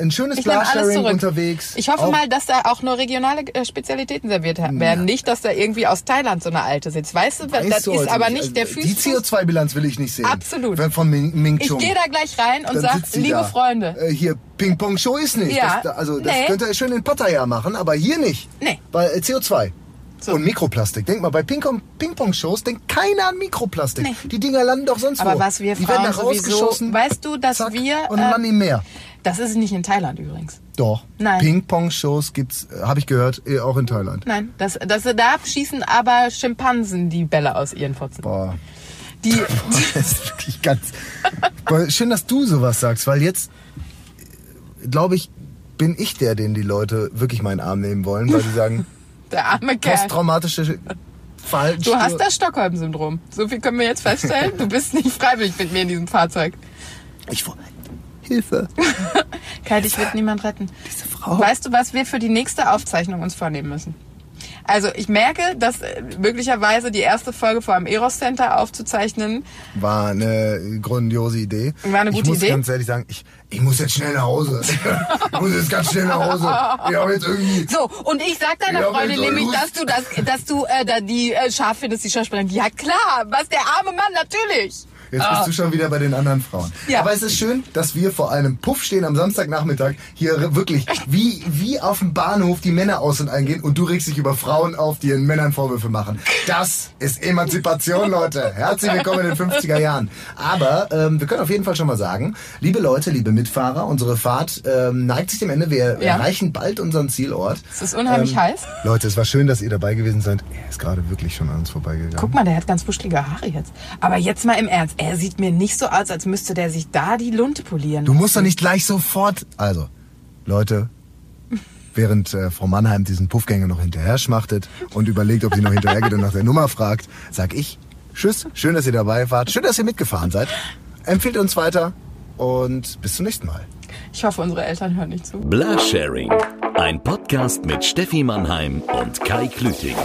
A: Ein schönes
C: ich nehme alles
A: Glassharing
C: zurück.
A: unterwegs.
C: Ich hoffe
A: Auch-
C: mal, dass da auch nur regionale äh, Spezialitäten serviert werden. Nicht, dass da irgendwie aus Thailand so eine alte sitzt. Weißt du,
A: Weißt
C: das
A: du
C: ist
A: heute
C: aber
A: nicht.
C: nicht der
A: Also,
C: Füße.
A: Die CO2-Bilanz will ich nicht sehen.
C: Absolut.
A: Wenn von Ming, Ming
C: Ich
A: Chung.
C: gehe da gleich rein und
A: Dann
C: sage,
A: sitzt sie
C: liebe
A: da.
C: Freunde,
A: Äh, hier, Ping Pong Show ist nicht.
C: Ja,
A: Das, da- also, das
C: nee.
A: könnt ihr schön in Pattaya machen, aber hier nicht.
C: Nee.
A: Weil äh, CO2.
C: So.
A: Und Mikroplastik. Denk mal, bei Ping- Ping-Pong-Shows denkt keiner an Mikroplastik.
C: Nee.
A: Die Dinger landen doch sonst
C: Aber
A: wo.
C: was wir
A: die
C: Frauen
A: werden da
C: sowieso-
A: rausgeschossen.
C: weißt du, dass
A: zack,
C: wir,
A: Und
C: äh,
A: Mann im Meer.
C: das ist nicht in Thailand übrigens.
A: Doch.
C: Nein. Hm.
A: Ping-Pong-Shows gibt's, äh, habe ich gehört, eh, auch in Thailand.
C: Nein, das, das, da schießen aber Schimpansen die Bälle aus ihren Fotzen.
A: Boah. (laughs)
C: Die,
A: Das ist wirklich ganz. Boah, Schön, dass du sowas sagst, weil jetzt, glaube ich, bin ich der, den die Leute wirklich meinen Arm nehmen wollen, weil sie sagen,
C: der arme Kerl.
A: posttraumatische
C: Du
A: Verhaltensstörung.
C: hast das Stockholm-Syndrom. So viel können wir jetzt feststellen. Du bist nicht freiwillig mit mir in diesem (laughs) Fahrzeug.
A: Ich wo- Hilfe.
C: Kai, dich wird niemand retten.
A: Diese Frau.
C: Weißt du, was wir für die nächste Aufzeichnung uns vornehmen müssen? Also ich merke, dass äh, möglicherweise die erste Folge vor dem Eros Center aufzuzeichnen.
A: War eine grandiose Idee.
C: War eine
A: ich
C: gute
A: muss
C: Idee.
A: ganz ehrlich sagen, ich, ich muss jetzt schnell nach Hause. (laughs) ich muss jetzt ganz schnell nach Hause. Ich habe jetzt irgendwie.
C: So, und ich sag deiner
A: Ja,
C: Freundin
A: wenn so
C: nämlich,
A: Lust.
C: dass du, das, dass du äh, da die äh, scharf findest, die Schauspielerin. Ja klar, was der arme Mann, natürlich.
A: Jetzt bist du schon wieder bei den anderen Frauen.
C: Ah. Ja.
A: Aber es ist schön, dass wir vor einem Puff stehen am Samstagnachmittag, hier wirklich wie, wie auf dem Bahnhof die Männer aus und eingehen und du regst dich über Frauen auf, die ihren Männern Vorwürfe machen. Das ist Emanzipation, Leute. Herzlich willkommen in den 50er Jahren. Aber ähm, wir können auf jeden Fall schon mal sagen, liebe Leute, liebe Mitfahrer, unsere Fahrt ähm, neigt sich dem Ende. Wir
C: Ja.
A: erreichen bald unseren Zielort. Ähm,
C: Es ist unheimlich heiß.
A: Leute, es war schön, dass ihr dabei gewesen seid. Er ist gerade wirklich schon an uns vorbeigegangen.
C: Guck mal, der hat ganz wuschelige Haare jetzt. Aber jetzt mal im Ernst, er sieht mir nicht so aus, als müsste der sich da die Lunte polieren.
A: Du musst doch nicht gleich sofort. Also, Leute, während äh, Frau Mannheim diesen Puffgänger noch hinterher schmachtet und überlegt, ob sie noch hinterhergeht und nach der Nummer fragt, sag ich Tschüss, schön, dass ihr dabei wart, schön, dass ihr mitgefahren seid. Empfehlt uns weiter und bis zum nächsten Mal.
C: Ich hoffe, unsere Eltern hören nicht zu.
D: Bla Sharing, ein Podcast mit Steffi Mannheim und Kai Klüting.